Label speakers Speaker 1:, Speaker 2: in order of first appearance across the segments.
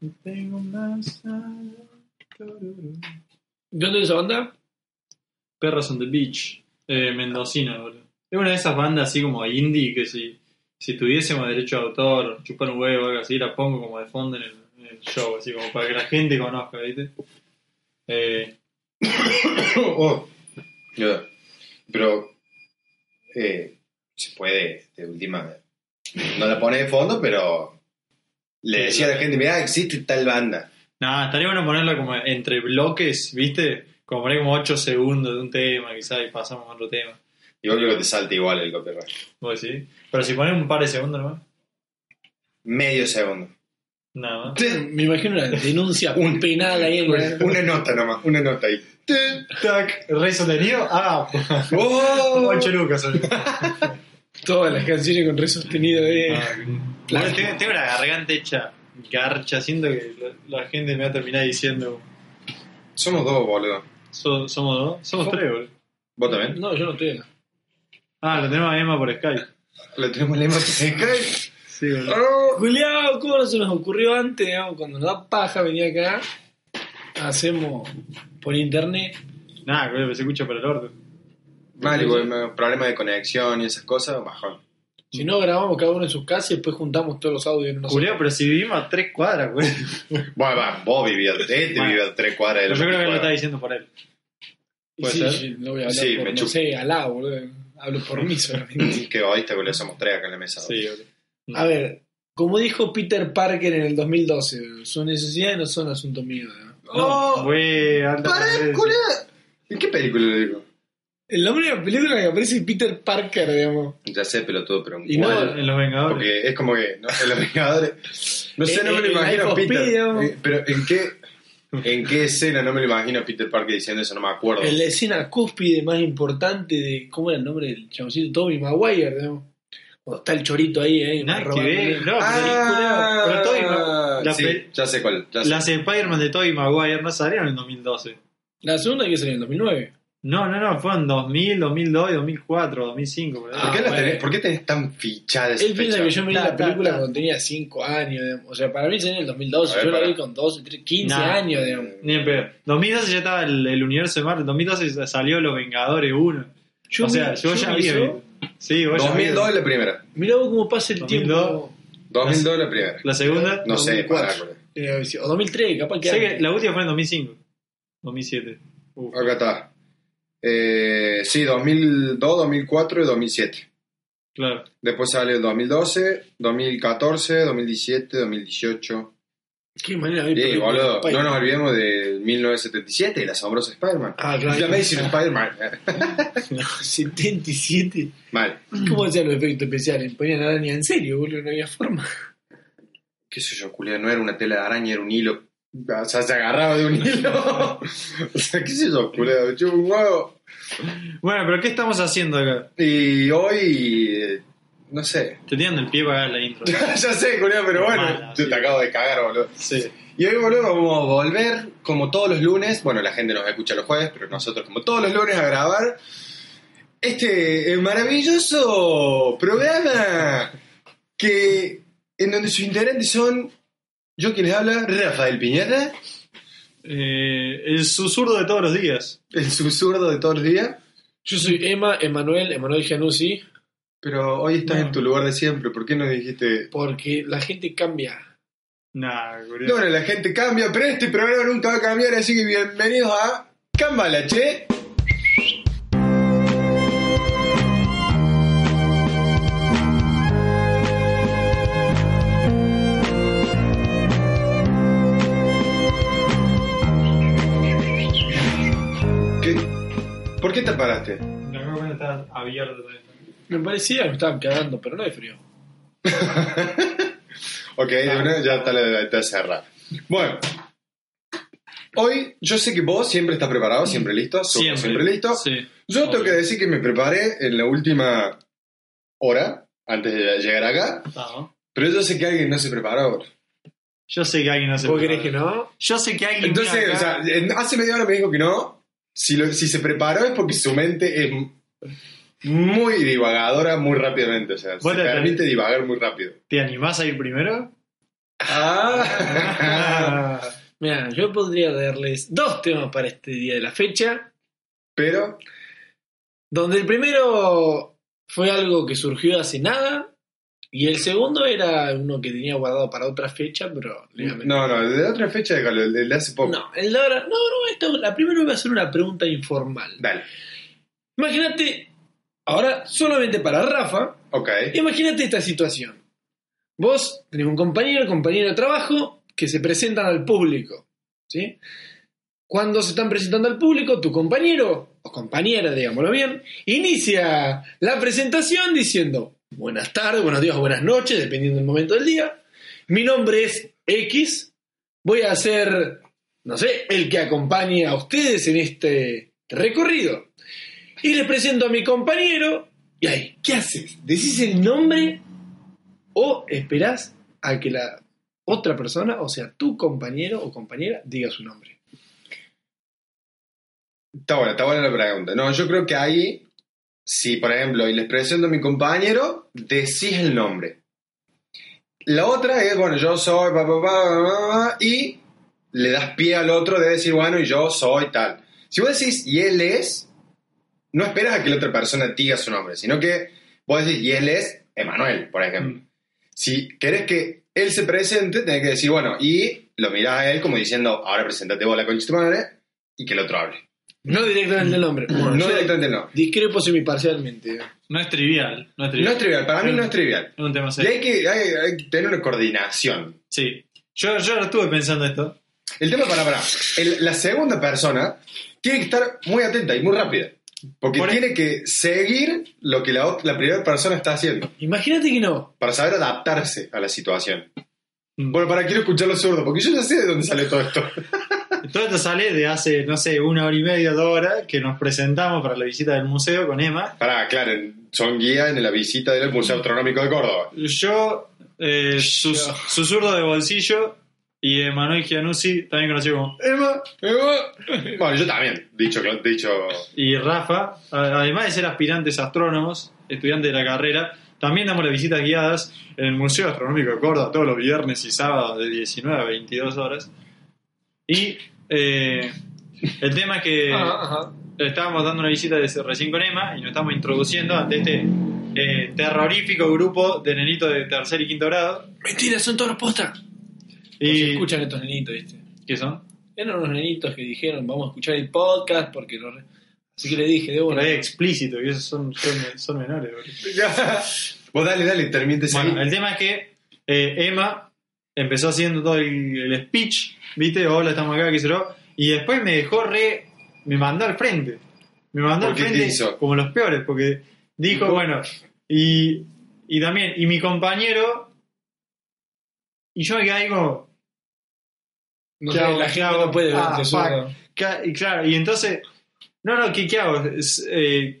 Speaker 1: No tengo más nada.
Speaker 2: ¿De dónde es esa banda?
Speaker 1: Perras on the Beach, eh, Mendocina, boludo. Es una de esas bandas así como indie que si, si tuviésemos derecho de autor, chupar un huevo o algo así, la pongo como de fondo en el, en el show, así como para que la gente conozca, ¿viste? Eh,
Speaker 3: Oh. Yo- Pero eh, se puede, de última. No la pone de fondo, pero le decía a la gente, mirá, existe tal banda.
Speaker 1: nada, estaría bueno ponerla como entre bloques, ¿viste? Como poner como 8 segundos de un tema, quizás, y pasamos a otro tema.
Speaker 3: Yo creo que te salta igual el copyright.
Speaker 1: ¿Vos decís? Pero si pones un par de segundos nomás,
Speaker 3: Medio segundo.
Speaker 1: nada más.
Speaker 2: Me imagino una denuncia un penal ahí en la...
Speaker 3: Una nota nomás, una nota ahí.
Speaker 1: Tac, re sostenido, ah,
Speaker 3: ¡Oh!
Speaker 1: 8 lucas. Ah, boludo.
Speaker 2: Todas las canciones con re sostenido de...
Speaker 3: Ah,
Speaker 1: Bueno, tengo, tengo la garganta hecha garcha, siento que la, la gente me va a terminar diciendo,
Speaker 3: Somos dos, boludo.
Speaker 1: "So- somos dos, somos tres, boludo.
Speaker 3: ¿Vos también?
Speaker 2: No, yo no tengo.
Speaker 1: Ah, lo tenemos a Emma por Skype.
Speaker 3: Le tenemos la imagen de Skype.
Speaker 1: Sí, boludo.
Speaker 3: ¡Oh!
Speaker 2: Julián, ¿cómo no se nos ocurrió antes? digamos, cuando nos da paja venía acá, hacemos por internet.
Speaker 1: Nada, boludo, que se escucha por el orden.
Speaker 3: Mal, igual, no, problemas de conexión y esas cosas, bajón.
Speaker 2: Si no, grabamos cada uno en su casa y después juntamos todos los audios en una sola.
Speaker 1: Julio, pero si vivimos a tres cuadras, boludo.
Speaker 3: Bueno, va, vos vivías, él te
Speaker 1: Mal.
Speaker 3: vivía a tres cuadras de
Speaker 1: Pero
Speaker 3: la
Speaker 1: yo creo que él lo
Speaker 3: cuadra.
Speaker 1: está diciendo por él.
Speaker 2: Y
Speaker 1: ¿Puede
Speaker 2: sí,
Speaker 1: ser?
Speaker 2: sí, no voy a hablar
Speaker 3: Sí,
Speaker 2: por,
Speaker 3: me
Speaker 2: no
Speaker 3: chupa.
Speaker 2: sé, alá, boludo. Hablo por mí solamente.
Speaker 3: Qué odista, boludo, somos tres acá en la mesa.
Speaker 1: Sí, boludo.
Speaker 2: A ver, como dijo Peter Parker en el 2012, sus necesidades no son asunto mío. ¿no?
Speaker 3: ¡Oh!
Speaker 1: Güey, alta
Speaker 3: ¡Para,
Speaker 1: referencia.
Speaker 3: culiao! ¿En qué película lo digo?
Speaker 2: El nombre de la película que aparece es Peter Parker, digamos.
Speaker 3: Ya sé, pelotudo, pero un
Speaker 2: Y no,
Speaker 3: cuadro.
Speaker 1: Bueno, en Los Vengadores.
Speaker 3: Porque es como que, ¿no? En los Vengadores. No sé, no me lo
Speaker 2: Eh, eh, Life
Speaker 3: imagino a
Speaker 2: of
Speaker 3: Peter.
Speaker 2: Pi, digamos.
Speaker 3: Eh, Pero ¿en qué, ¿en qué escena no me lo imagino a Peter Parker diciendo eso? No me acuerdo.
Speaker 2: En la escena cúspide más importante de. ¿Cómo era el nombre del chaboncito? Tommy Maguire, digamos. Cuando está el chorito ahí, ¿eh?
Speaker 1: Nada que
Speaker 2: robando.
Speaker 1: ver, no,
Speaker 3: Ah,
Speaker 1: pero Tobey Ma- la
Speaker 3: sí,
Speaker 1: pe-
Speaker 3: ya sé cuál. Ya sé.
Speaker 1: Las Spider-Man de Tobey Maguire no salieron en 2012.
Speaker 2: La segunda que salió en 2009.
Speaker 1: No, no, no, fueron 2000, 2002, 2004, 2005. boludo.
Speaker 3: ¿Por, qué
Speaker 2: Ah,
Speaker 3: las
Speaker 2: bueno.
Speaker 3: tenés, ¿Por qué tenés tan fichada esa
Speaker 2: Él piensa
Speaker 3: fecha?
Speaker 2: que yo miré
Speaker 1: Ta,
Speaker 2: la
Speaker 1: ta,
Speaker 2: película
Speaker 1: ta.
Speaker 2: cuando tenía 5 años, digamos. O sea, para mí salió en el 2012.
Speaker 3: A ver,
Speaker 2: yo la
Speaker 3: para.
Speaker 2: vi con 12, 13, 15
Speaker 1: Nah.
Speaker 2: años, digamos.
Speaker 3: Mm.
Speaker 1: Ni en pedo. 2012 ya estaba el, el universo de Marvel. 2012 salió Los Vengadores 1.
Speaker 2: Yo
Speaker 1: o sea,
Speaker 2: mi-
Speaker 1: yo, ya
Speaker 2: mi
Speaker 1: vi.
Speaker 2: yo-
Speaker 1: Sí, vos ya vi.
Speaker 3: 2002 es la primera.
Speaker 2: Mirá vos cómo pasa el
Speaker 1: 2002.
Speaker 2: tiempo.
Speaker 3: 2002 es la primera.
Speaker 1: La segunda.
Speaker 3: No sé,
Speaker 2: 2004.
Speaker 3: pará, boludo.
Speaker 2: Eh, o 2003, capaz que.
Speaker 1: sé que la última fue en 2005. 2007. Uf.
Speaker 3: Acá está. Eh, sí, 2002, 2004 y 2007.
Speaker 1: Claro.
Speaker 3: Después sale el 2012, 2014, 2017, 2018.
Speaker 2: Qué manera de ver
Speaker 3: Sí,
Speaker 2: películas,
Speaker 3: boludo,
Speaker 2: país.
Speaker 3: no nos olvidemos de 1977, el asombroso Spider-Man.
Speaker 2: Ah, claro.
Speaker 3: The Amazing Spider-Man. eh,
Speaker 2: 77.
Speaker 3: Mal.
Speaker 2: ¿Cómo hacían los efectos especiales? Ponían araña en serio, boludo, no había forma.
Speaker 3: ¿Qué sé yo, Julián? No era una tela de araña, era un hilo. O sea, se agarraba de un hilo. o sea, ¿qué sé yo, Julián? Me chupo un huevo.
Speaker 1: Bueno, pero ¿qué estamos haciendo acá?
Speaker 3: Y hoy. eh, No sé.
Speaker 1: Te tiran el pie para la intro.
Speaker 3: ya sé, Julián, pero bueno.
Speaker 1: Mala,
Speaker 3: yo
Speaker 1: sí.
Speaker 3: te acabo de cagar, boludo.
Speaker 1: Sí.
Speaker 3: Y hoy, boludo, vamos a volver, como todos los lunes. Bueno, la gente nos escucha los jueves, pero nosotros, como todos los lunes, a grabar este eh, maravilloso programa que en donde sus integrantes son yo quien les habla, Rafael Piñata,
Speaker 1: Eh, el susurro de todos los días.
Speaker 3: el susurdo de todos los días.
Speaker 2: Yo soy Emma, Emanuel, Emanuel Gianuzzi,
Speaker 3: Pero hoy estás
Speaker 1: No.
Speaker 3: en tu lugar de siempre, ¿por qué no dijiste?
Speaker 2: porque la gente cambia.
Speaker 1: Nah,
Speaker 3: No,
Speaker 1: curioso.
Speaker 3: no, la gente cambia, pero este programa nunca va a cambiar, así que bienvenidos a Cámbala, che. ¿Qué? ¿Por qué te paraste?
Speaker 1: La cámara está abierta. también.
Speaker 2: Me parecía que me estaban cagando, pero no de frío.
Speaker 3: Ok, de una ya está la la- está cerrada. Bueno, hoy yo sé que vos siempre estás preparado, siempre listo, sos
Speaker 1: Siempre.
Speaker 3: siempre listo.
Speaker 1: Sí.
Speaker 3: Yo tengo
Speaker 1: Obvio.
Speaker 3: que decir que me preparé en la última hora, antes de llegar acá,
Speaker 1: No.
Speaker 3: pero yo sé que alguien no se preparó.
Speaker 1: Yo sé que alguien hace.
Speaker 2: ¿Vos crees que no?
Speaker 1: Yo sé que alguien.
Speaker 3: Entonces,
Speaker 1: acá-
Speaker 3: o sea, en- hace media hora me dijo que no. Si, lo- si se preparó es porque su mente es muy divagadora muy rápidamente. O sea, se
Speaker 1: Bueno,
Speaker 3: permite divagar muy rápido.
Speaker 1: ¿Te animás a ir primero?
Speaker 3: Ah.
Speaker 2: Mira, yo podría darles dos temas para este día de la fecha,
Speaker 3: Pero,
Speaker 2: donde el primero fue algo que surgió hace nada y el segundo era uno que tenía guardado para otra fecha, pero le iba a meter.
Speaker 3: no, no, de otra fecha de calor, de hace poco.
Speaker 2: No, el de ahora, no, no, esta- la primera va a ser una pregunta informal.
Speaker 3: Dale,
Speaker 2: Imagínate, ahora solamente para Rafa,
Speaker 3: ok.
Speaker 2: imagínate esta situación. Vos tenés un compañero, compañero de trabajo que se presentan al público, ¿sí? Cuando se están presentando al público, tu compañero o compañera, digámoslo bien, inicia la presentación diciendo buenas tardes, buenos días, buenas noches, dependiendo del momento del día. Mi nombre es X, voy a ser, no sé, el que acompañe a ustedes en este recorrido. Y les presento a mi compañero. Y ahí, ¿qué haces? ¿Decís el nombre o esperás a que la otra persona, o sea, tu compañero o compañera, diga su nombre?
Speaker 3: Está buena, está buena la pregunta. No, yo creo que ahí, si por ejemplo, y les presento a mi compañero, decís el nombre. La otra es, bueno, yo soy, pa, pa, pa, pa, pa, pa, y le das pie al otro de decir, bueno, y yo soy tal. Si vos decís, y él es, no esperas a que la otra persona diga su nombre, sino que vos decís, y él es Emanuel, por
Speaker 1: Mm,
Speaker 3: ejemplo. Si querés que él se presente, tenés que decir, bueno, y lo mirás a él como diciendo, ahora presentate vos la concha de tu madre, y que el otro hable.
Speaker 2: No directamente el nombre. Bueno,
Speaker 3: No
Speaker 2: yo
Speaker 3: directamente no.
Speaker 2: Discrepo semiparcialmente.
Speaker 1: No es trivial, no es
Speaker 3: No
Speaker 1: trivial.
Speaker 3: es trivial, para mí no es trivial.
Speaker 1: Es un tema
Speaker 3: Y
Speaker 1: serio.
Speaker 3: hay que, hay- hay que tener una coordinación.
Speaker 1: Sí. Yo, yo lo estuve pensando esto.
Speaker 3: El tema para, para, el- la segunda persona tiene que estar muy atenta y muy rápida. Porque
Speaker 1: Por-
Speaker 3: tiene que seguir lo que la, ot- la primera persona está haciendo
Speaker 2: Imagínate que no.
Speaker 3: para saber adaptarse a la situación.
Speaker 1: Mm.
Speaker 3: Bueno, para quiero escucharlo zurdo, porque yo ya sé de dónde sale todo esto.
Speaker 1: Todo esto sale de hace, no sé, una hora y media, dos horas, que nos presentamos para la visita del museo con Emma.
Speaker 3: Pará, claro, son guía en la visita del Museo Astronómico de Córdoba.
Speaker 1: Yo, eh, sus,
Speaker 2: Yo.
Speaker 1: susurro de bolsillo y Emanuel Gianuzzi, también conocido como
Speaker 3: Emma, Emma. Bueno, yo también, dicho, dicho
Speaker 1: y Rafa, a- además de ser aspirantes astrónomos, estudiantes de la carrera, también damos las visitas guiadas en el Museo Astronómico de Córdoba todos los viernes y sábados de 19 a 22 horas. Y eh, el tema es que
Speaker 2: Ah.
Speaker 1: estábamos dando una visita de recién con Emma y nos estamos introduciendo ante este eh, terrorífico grupo de nenitos de tercer y quinto grado.
Speaker 2: Mentira, son todos postas.
Speaker 1: Y,
Speaker 2: Escuchan estos nenitos, ¿viste?
Speaker 1: ¿Qué son?
Speaker 2: Eran unos nenitos que dijeron, vamos a escuchar el podcast porque lo re- Así que le dije, de
Speaker 1: Por
Speaker 2: una.
Speaker 1: ahí explícito, que esos son, son, son menores. boludo.
Speaker 3: Vos dale, dale, termine
Speaker 1: Bueno, el tema es que eh, Emma empezó haciendo todo el, el speech, ¿viste? Hola, estamos acá, qué sé yo. Y después me dejó re. Me mandó al frente. Me mandó
Speaker 3: ¿Por
Speaker 1: al
Speaker 3: qué te
Speaker 1: frente
Speaker 3: hizo?
Speaker 1: como los peores, porque dijo,
Speaker 3: ¿Por-
Speaker 1: bueno, y, y también, y mi compañero. Y yo me quedé ahí como.
Speaker 2: No
Speaker 1: ¿Qué
Speaker 2: sé,
Speaker 1: hago?
Speaker 2: la
Speaker 1: ¿Qué
Speaker 2: gente
Speaker 1: hago?
Speaker 2: no puede este
Speaker 1: Ah, fuck.
Speaker 2: verte solo.
Speaker 1: Ca- Y claro, y entonces, no, no, ¿qué, qué hago? Es, eh,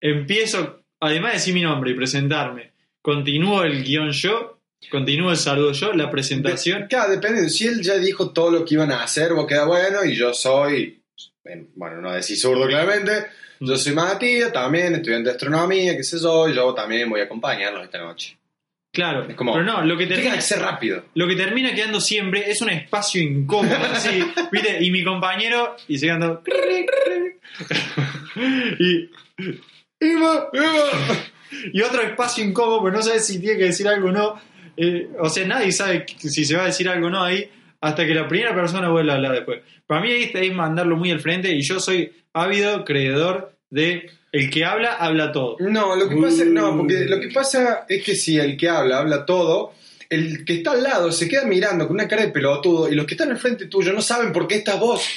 Speaker 1: empiezo, además de decir mi nombre y presentarme, continúo el guión yo, continúo el saludo yo, la presentación.
Speaker 3: Claro, depende. Si él ya dijo todo lo que iban a hacer, vos queda bueno y yo soy, bueno, no decís zurdo claramente, yo soy Matías, también estudiante de astronomía, qué sé yo, y yo también voy a acompañarlos esta noche.
Speaker 1: Claro,
Speaker 3: Es como-
Speaker 1: pero no, lo que,
Speaker 3: Tiene
Speaker 1: termina,
Speaker 3: que ser rápido.
Speaker 1: lo que termina quedando siempre es un espacio incómodo, así, ¿viste? Y mi compañero, y se quedando... y,
Speaker 3: Iba, iba.
Speaker 1: y otro espacio incómodo, pues no sabes si tiene que decir algo o no. Eh, o sea, nadie sabe si se va a decir algo o no ahí hasta que la primera persona vuelva a hablar después. Para mí ahí es mandarlo muy al frente y yo soy ávido creedor de el que habla, habla todo.
Speaker 3: No, lo que pasa, no, porque lo que pasa es que si el que habla, habla todo, el que está al lado se queda mirando con una cara de pelotudo y los que están al frente tuyo no saben por qué estás vos.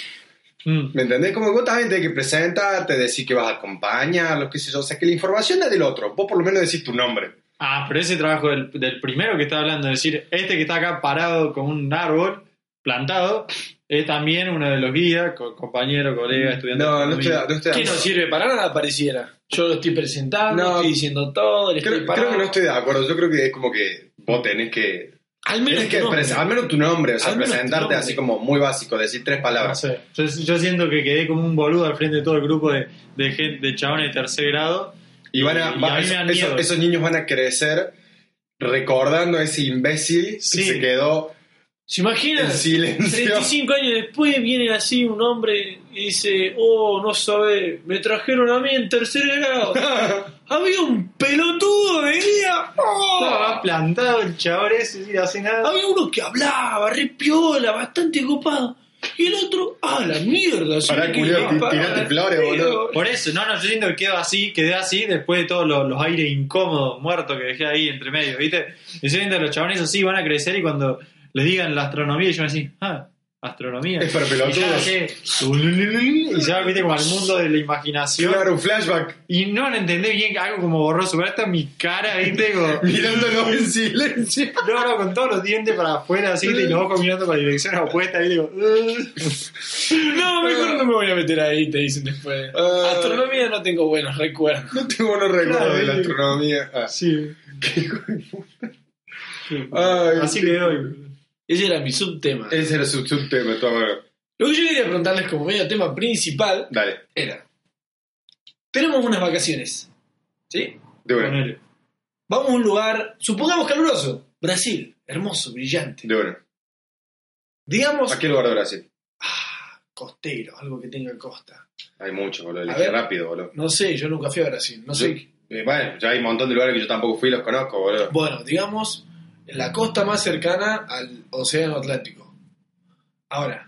Speaker 1: Mm.
Speaker 3: ¿Me entendés? Como que vos también tenés que presentarte, decir que vas a acompañarlos, qué sé yo. O sea, que la información es del otro. Vos por lo menos decís tu nombre.
Speaker 1: Ah, pero ese trabajo del, del primero que está hablando, es decir, este que está acá parado como un árbol, plantado, es también uno de los guías, co- compañero, colega, estudiante. de
Speaker 3: No, no estoy,
Speaker 1: economía.
Speaker 3: no estoy de
Speaker 2: Que no
Speaker 3: acuerdo.
Speaker 2: sirve para nada, pareciera. Yo lo estoy presentando,
Speaker 3: No.
Speaker 2: estoy diciendo todo, le
Speaker 3: Creo,
Speaker 2: estoy parando.
Speaker 3: creo que no estoy de acuerdo. Yo creo que es como que vos tenés que...
Speaker 2: Al menos
Speaker 3: Tienes que
Speaker 2: tu nombre.
Speaker 3: presen- al menos tu nombre, o sea,
Speaker 2: Al menos tu
Speaker 3: presentarte
Speaker 2: nombre.
Speaker 3: así como muy básico, decir tres
Speaker 1: No
Speaker 3: palabras.
Speaker 1: sé. Yo, yo siento que quedé como un boludo al frente de todo el grupo de, de, gen- de chabones de tercer grado.
Speaker 3: Y van a,
Speaker 1: Y
Speaker 3: va-
Speaker 1: a mí me
Speaker 3: esos-
Speaker 1: dan miedo.
Speaker 3: esos niños van a crecer recordando a ese imbécil
Speaker 2: Sí.
Speaker 3: que se quedó
Speaker 2: ¿Se
Speaker 3: en
Speaker 2: imaginan?
Speaker 3: silencio.
Speaker 2: 35 años después viene así un hombre y dice, oh, no sabe, me trajeron a mí en tercer grado. Había un pelotudo, venía. ¡oh!
Speaker 3: Ah,
Speaker 1: Estaba plantado el chabón ese sin hacer nada.
Speaker 2: Había uno que hablaba, re piola, bastante copado. Y el otro, ah, la mierda.
Speaker 3: Pará,
Speaker 2: sí,
Speaker 3: culiao,
Speaker 2: que-
Speaker 3: ti- tirate flores, boludo.
Speaker 1: Por eso, no, no, yo siento que quedo así, quedé así después de todos los, los aires incómodos, muertos que dejé ahí entre medio, ¿viste? Y yo siento que los chabones así van a crecer y cuando les digan la astronomía, yo me decís, ah, astronomía.
Speaker 3: Es para
Speaker 1: Y ya,
Speaker 3: pelotudos.
Speaker 1: ¿qué? Y ya, viste, como al mundo de la imaginación.
Speaker 3: Claro, un flashback.
Speaker 1: Y no lo entendés bien, algo como borroso, pero hasta mi cara, viste, como...
Speaker 3: Mirándolo en silencio.
Speaker 1: No, no, con todos los dientes para afuera, así, y los ojos mirando para direcciones opuestas, y digo...
Speaker 2: No, mejor no me voy a meter ahí, te dicen después.
Speaker 3: Ah.
Speaker 2: Astronomía no tengo buenos recuerdos.
Speaker 3: No tengo buenos recuerdos
Speaker 1: Claro,
Speaker 3: de la
Speaker 1: sí.
Speaker 3: astronomía. Ah.
Speaker 1: Sí.
Speaker 3: Ay, Eh.
Speaker 1: Así
Speaker 3: sí.
Speaker 1: que doy.
Speaker 2: Ese era mi subtema.
Speaker 3: Ese era su subtema, tu amor.
Speaker 2: Lo que yo quería preguntarles como medio tema principal
Speaker 3: Dale,
Speaker 2: era, tenemos unas vacaciones, ¿sí?
Speaker 3: de una,
Speaker 1: Ponele.
Speaker 2: Vamos a un lugar, supongamos caluroso, Brasil, hermoso, brillante.
Speaker 3: de una.
Speaker 2: Digamos,
Speaker 3: ¿A qué lugar de Brasil?
Speaker 2: ah, costero, algo que tenga costa.
Speaker 3: Hay muchos, boludo.
Speaker 2: A
Speaker 3: Elegí
Speaker 2: ver.
Speaker 3: rápido, boludo.
Speaker 2: No sé, yo nunca fui a Brasil, no sé.
Speaker 3: Eh, bueno, ya hay un montón de lugares que yo tampoco fui y los conozco, boludo.
Speaker 2: Bueno, digamos, la costa más cercana al Océano Atlántico. Ahora,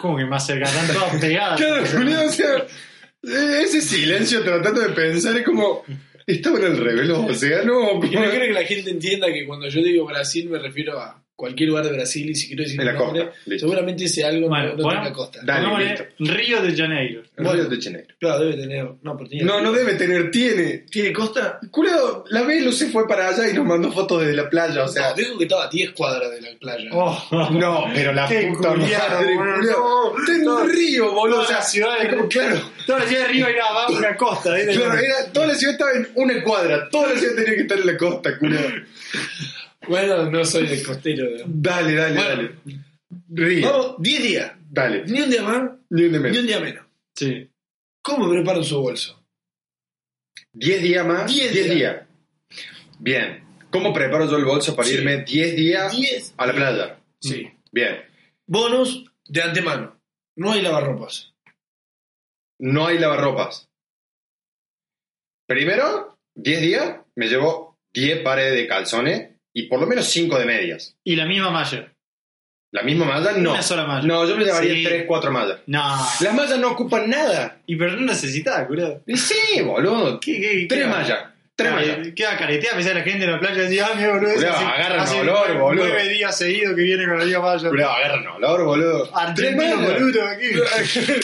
Speaker 1: Como que más cerca, están todas pegadas.
Speaker 3: Claro, boludo, o sea, eh, ese silencio tratando de pensar es como. Estaba en el revelo, o sea, no.
Speaker 2: yo no
Speaker 3: como-
Speaker 2: quiero que la gente entienda que cuando yo digo Brasil me refiero a cualquier lugar de Brasil y si quiero decir
Speaker 3: En la
Speaker 2: un nombre,
Speaker 3: costa, listo.
Speaker 2: seguramente hice algo en
Speaker 1: Bueno,
Speaker 2: no, no
Speaker 1: bueno.
Speaker 2: tenga costa.
Speaker 3: Dale,
Speaker 1: Pongámosle eh, Río de Janeiro.
Speaker 3: El
Speaker 2: Bueno.
Speaker 3: Río de Janeiro.
Speaker 2: Claro, debe tener. No, pero tenía-
Speaker 3: No, no debe tener, tiene.
Speaker 2: ¿Tiene costa?
Speaker 3: Culeado, la Velu se fue para allá y nos mandó fotos de la playa, o sea.
Speaker 2: no, dijo que estaba a 10 cuadras de la playa.
Speaker 1: Oh.
Speaker 3: No, pero la
Speaker 1: Qué
Speaker 3: puta
Speaker 1: culiado,
Speaker 3: madre,
Speaker 1: boludo.
Speaker 3: culiado. Está en un río, boludo. O
Speaker 1: Toda
Speaker 3: sea,
Speaker 1: la ciudad de-
Speaker 3: es como, claro,
Speaker 1: Toda la ciudad de Río era abajo una costa, ¿viste?
Speaker 3: claro, era, toda la ciudad estaba en una cuadra. Toda la ciudad tenía que estar en la costa, culiado.
Speaker 2: Bueno, no soy del costero. ¿no?
Speaker 3: Dale, dale,
Speaker 2: Bueno.
Speaker 3: dale. Río.
Speaker 2: Vamos, 10 días.
Speaker 3: Dale.
Speaker 2: Ni un día más,
Speaker 3: Ni un de menos.
Speaker 2: ni un día menos.
Speaker 1: Sí.
Speaker 2: ¿Cómo preparan su bolso?
Speaker 3: ¿Diez días más?
Speaker 2: Diez
Speaker 3: Diez,
Speaker 2: días.
Speaker 3: días. Bien. ¿Cómo preparo yo el bolso para
Speaker 2: Sí.
Speaker 3: irme diez días
Speaker 2: 10.
Speaker 3: a la playa?
Speaker 2: Sí.
Speaker 3: Bien.
Speaker 2: Bonus de antemano. No hay lavarropas.
Speaker 3: No hay lavarropas. Primero, 10 días, me llevo 10 pares de calzones y por lo menos 5 de medias.
Speaker 1: Y la misma malla.
Speaker 3: ¿La misma malla? No.
Speaker 1: Una sola malla.
Speaker 3: No, yo me
Speaker 1: Sí. Ah.
Speaker 3: llevaría 3, 4 mallas.
Speaker 1: No.
Speaker 3: Las mallas no ocupan nada.
Speaker 1: Y pero no necesitaba, curado.
Speaker 3: Y Sí, boludo.
Speaker 1: ¿Qué, qué, qué?
Speaker 3: Tres mallas. Tres mallas.
Speaker 1: Queda careteada, pensaba la gente en la playa decía, ah, mira, boludo.
Speaker 3: Culiao,
Speaker 1: hace-
Speaker 3: agarra
Speaker 1: hace
Speaker 3: un olor,
Speaker 1: nueve-
Speaker 3: boludo.
Speaker 1: Nueve días seguidos que viene con la misma malla.
Speaker 3: Cuidado, agarran olor, boludo. Tres
Speaker 1: Argentino,
Speaker 3: mallas.
Speaker 1: boludo, aquí.
Speaker 3: Argentino,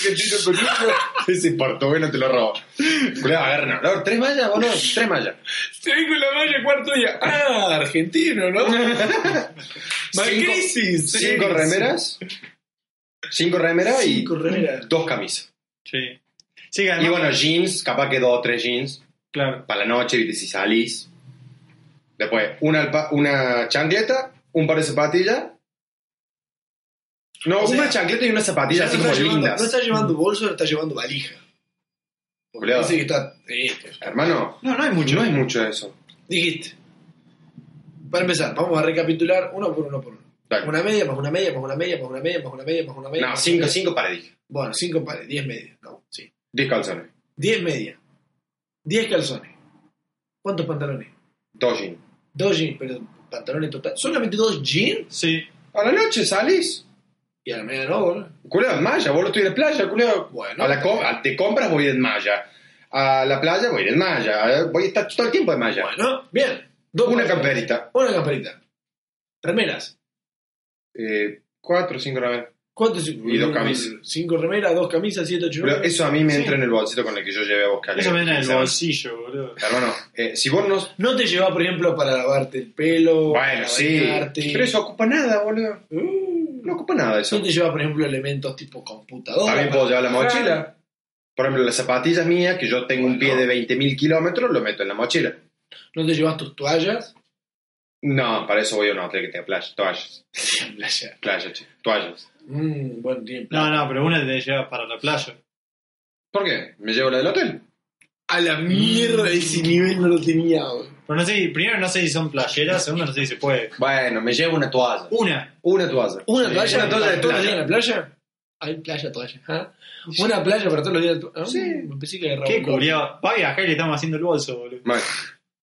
Speaker 3: boludo. Ese portugués te lo robo. Cuidado, agarran olor. Tres mallas, boludo. Tres mallas.
Speaker 2: Se ve con la malla cuarto día. Ah, argentino, ¿no? Macrisis.
Speaker 3: Cinco remeras. Cinco remeras y
Speaker 2: Cinco remeras.
Speaker 3: dos camisas.
Speaker 1: Sí. Sí, que además-
Speaker 3: Y bueno, jeans, capaz que dos o tres jeans
Speaker 1: claro.
Speaker 3: para la noche, viste, si salís. Después, una, alpa- una chancleta, un par de zapatillas. No,
Speaker 2: O sea,
Speaker 3: una chancleta y una zapatilla
Speaker 2: Ya
Speaker 3: así
Speaker 2: no
Speaker 3: como
Speaker 2: está llevando-
Speaker 3: lindas.
Speaker 2: No está llevando bolso, está llevando valija. Porque
Speaker 3: Culeado.
Speaker 2: dice que está. eh,
Speaker 3: Hermano,
Speaker 1: No, no hay mucho.
Speaker 3: no es mucho eso.
Speaker 2: Dijiste. Para empezar, vamos a recapitular uno por uno por uno.
Speaker 3: Dale.
Speaker 2: Una media, más una media, más una media, más una media, más una media, más una media.
Speaker 3: No,
Speaker 2: más
Speaker 3: cinco,
Speaker 2: una media.
Speaker 3: cinco pares. dije.
Speaker 2: Bueno, cinco pares, diez medias. No, sí.
Speaker 3: Diez calzones,
Speaker 2: Diez medias. Diez calzones. ¿Cuántos pantalones?
Speaker 3: dos jeans.
Speaker 2: Dos jeans, pero pantalones total. ¿Solamente dos jeans?
Speaker 1: Sí.
Speaker 3: A la noche salís.
Speaker 2: Y a la media no, boludo.
Speaker 3: Culeo, en malla, vos lo estoy en la playa, culeo.
Speaker 2: Bueno.
Speaker 3: A la co- a- te compras, voy en malla. A la playa, voy en malla. A ver, Voy a estar todo el tiempo en malla.
Speaker 2: Bueno, bien. Dos
Speaker 3: Una
Speaker 2: pantalones.
Speaker 3: camperita.
Speaker 2: Una camperita. Remeras.
Speaker 3: Eh, cuatro, cinco remeras.
Speaker 2: ¿Cuántos?
Speaker 3: Y dos camisas.
Speaker 2: Cinco remeras, dos camisas, siete, ocho.
Speaker 3: Culeo,
Speaker 2: nueve.
Speaker 3: Eso a mí me
Speaker 1: Sí.
Speaker 3: entra en el bolsito con el que yo llevé a buscar.
Speaker 1: Eso viene del bolsillo, boludo.
Speaker 3: Hermano, eh, si vos no...
Speaker 2: No te lleva, por ejemplo, para lavarte el pelo.
Speaker 3: Bueno,
Speaker 2: para
Speaker 3: sí.
Speaker 2: bañarte.
Speaker 3: Pero eso ocupa nada, boludo.
Speaker 2: Uh,
Speaker 3: No ocupa nada
Speaker 2: No
Speaker 3: eso.
Speaker 2: te lleva, por ejemplo, elementos tipo computadora.
Speaker 3: También puedo llevar la mochila. Por ejemplo, las zapatillas mías, que yo tengo un pie
Speaker 2: Bueno.
Speaker 3: de 20.000 kilómetros, lo meto en la mochila.
Speaker 2: No te llevas tus toallas.
Speaker 3: No, para eso voy a un hotel que tenga playa, toallas.
Speaker 2: Playa.
Speaker 3: Playa, che, toallas.
Speaker 2: Mm, bueno, tiene
Speaker 1: No, no, pero una te lleva para la playa.
Speaker 3: ¿Por qué? ¿Me llevo la del hotel?
Speaker 2: Mm. A la mierda ese nivel no lo tenía, boludo.
Speaker 1: Pero no sé, primero no sé si son playeras, segundo no sé si se puede.
Speaker 3: Bueno, me llevo una toalla.
Speaker 1: Una.
Speaker 3: Una toalla.
Speaker 2: ¿Una
Speaker 1: Sí,
Speaker 2: playa
Speaker 3: una toalla de
Speaker 2: todos
Speaker 3: playa.
Speaker 2: los días en la playa? Hay playa, toalla. ¿ah? ¿Una playa para todos los días? Ah,
Speaker 3: Sí.
Speaker 2: Me pensé que agarraba
Speaker 1: Qué
Speaker 2: un corte.
Speaker 1: curiado. Va a viajar y le estamos haciendo el bolso, boludo.
Speaker 3: Mal.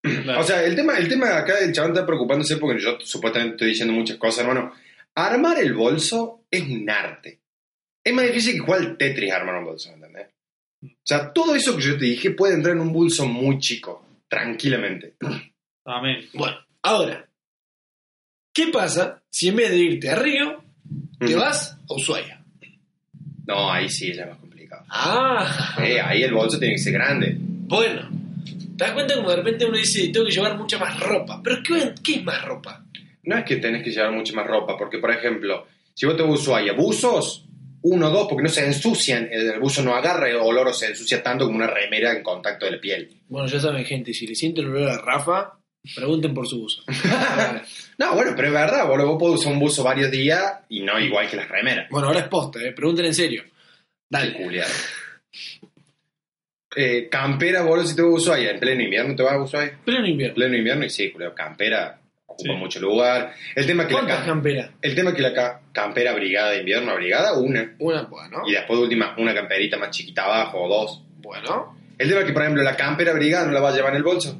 Speaker 1: Claro.
Speaker 3: O sea, el tema, el tema acá del chabón está preocupándose porque yo supuestamente estoy diciendo muchas cosas, hermano. Armar el bolso es un arte. Es más difícil que jugar al Tetris armar un bolso, ¿entendés? O sea, todo eso que yo te dije puede entrar en un bolso muy chico, tranquilamente.
Speaker 1: Amén.
Speaker 2: Bueno, ahora, ¿qué pasa si en vez de irte a Río, te
Speaker 3: Ujú.
Speaker 2: vas a Ushuaia?
Speaker 3: No, ahí sí es ya más complicado.
Speaker 2: Ah,
Speaker 3: Eh, ahí el bolso tiene que ser grande.
Speaker 2: bueno. ¿Te das cuenta como de repente uno dice, tengo que llevar mucha más ropa? ¿Pero qué, qué es más ropa?
Speaker 3: No es que tenés que llevar mucha más ropa, porque por ejemplo, si vos te vas a Ushuaia, buzos, uno o dos, porque no se ensucian, el, el buzo no agarra el olor o se ensucia tanto como una remera en contacto de la piel.
Speaker 2: Bueno, ya saben, gente, si le sienten el olor a Rafa, pregunten por su uso.
Speaker 3: No, bueno, pero es verdad, boludo, vos podés usar un buzo varios días y no igual que las remeras.
Speaker 2: bueno, ahora es posta, ¿eh? pregunten en serio. Dale.
Speaker 3: Culiado. Eh, campera, boludo, si te vas a Ushuaia, en pleno invierno te vas a Ushuaia.
Speaker 2: Pleno
Speaker 3: En
Speaker 2: invierno.
Speaker 3: pleno invierno y sí, culiado, campera ocupa
Speaker 1: Sí.
Speaker 3: mucho lugar. El tema que la,
Speaker 2: ¿Cuántas
Speaker 3: cam-
Speaker 2: camperas?
Speaker 3: el tema que la ca- campera brigada de invierno, brigada, una.
Speaker 2: Una, bueno.
Speaker 3: Y después de última, una camperita más chiquita abajo o dos.
Speaker 2: Bueno,
Speaker 3: El tema que, por ejemplo, la campera brigada no la vas a llevar en el bolso.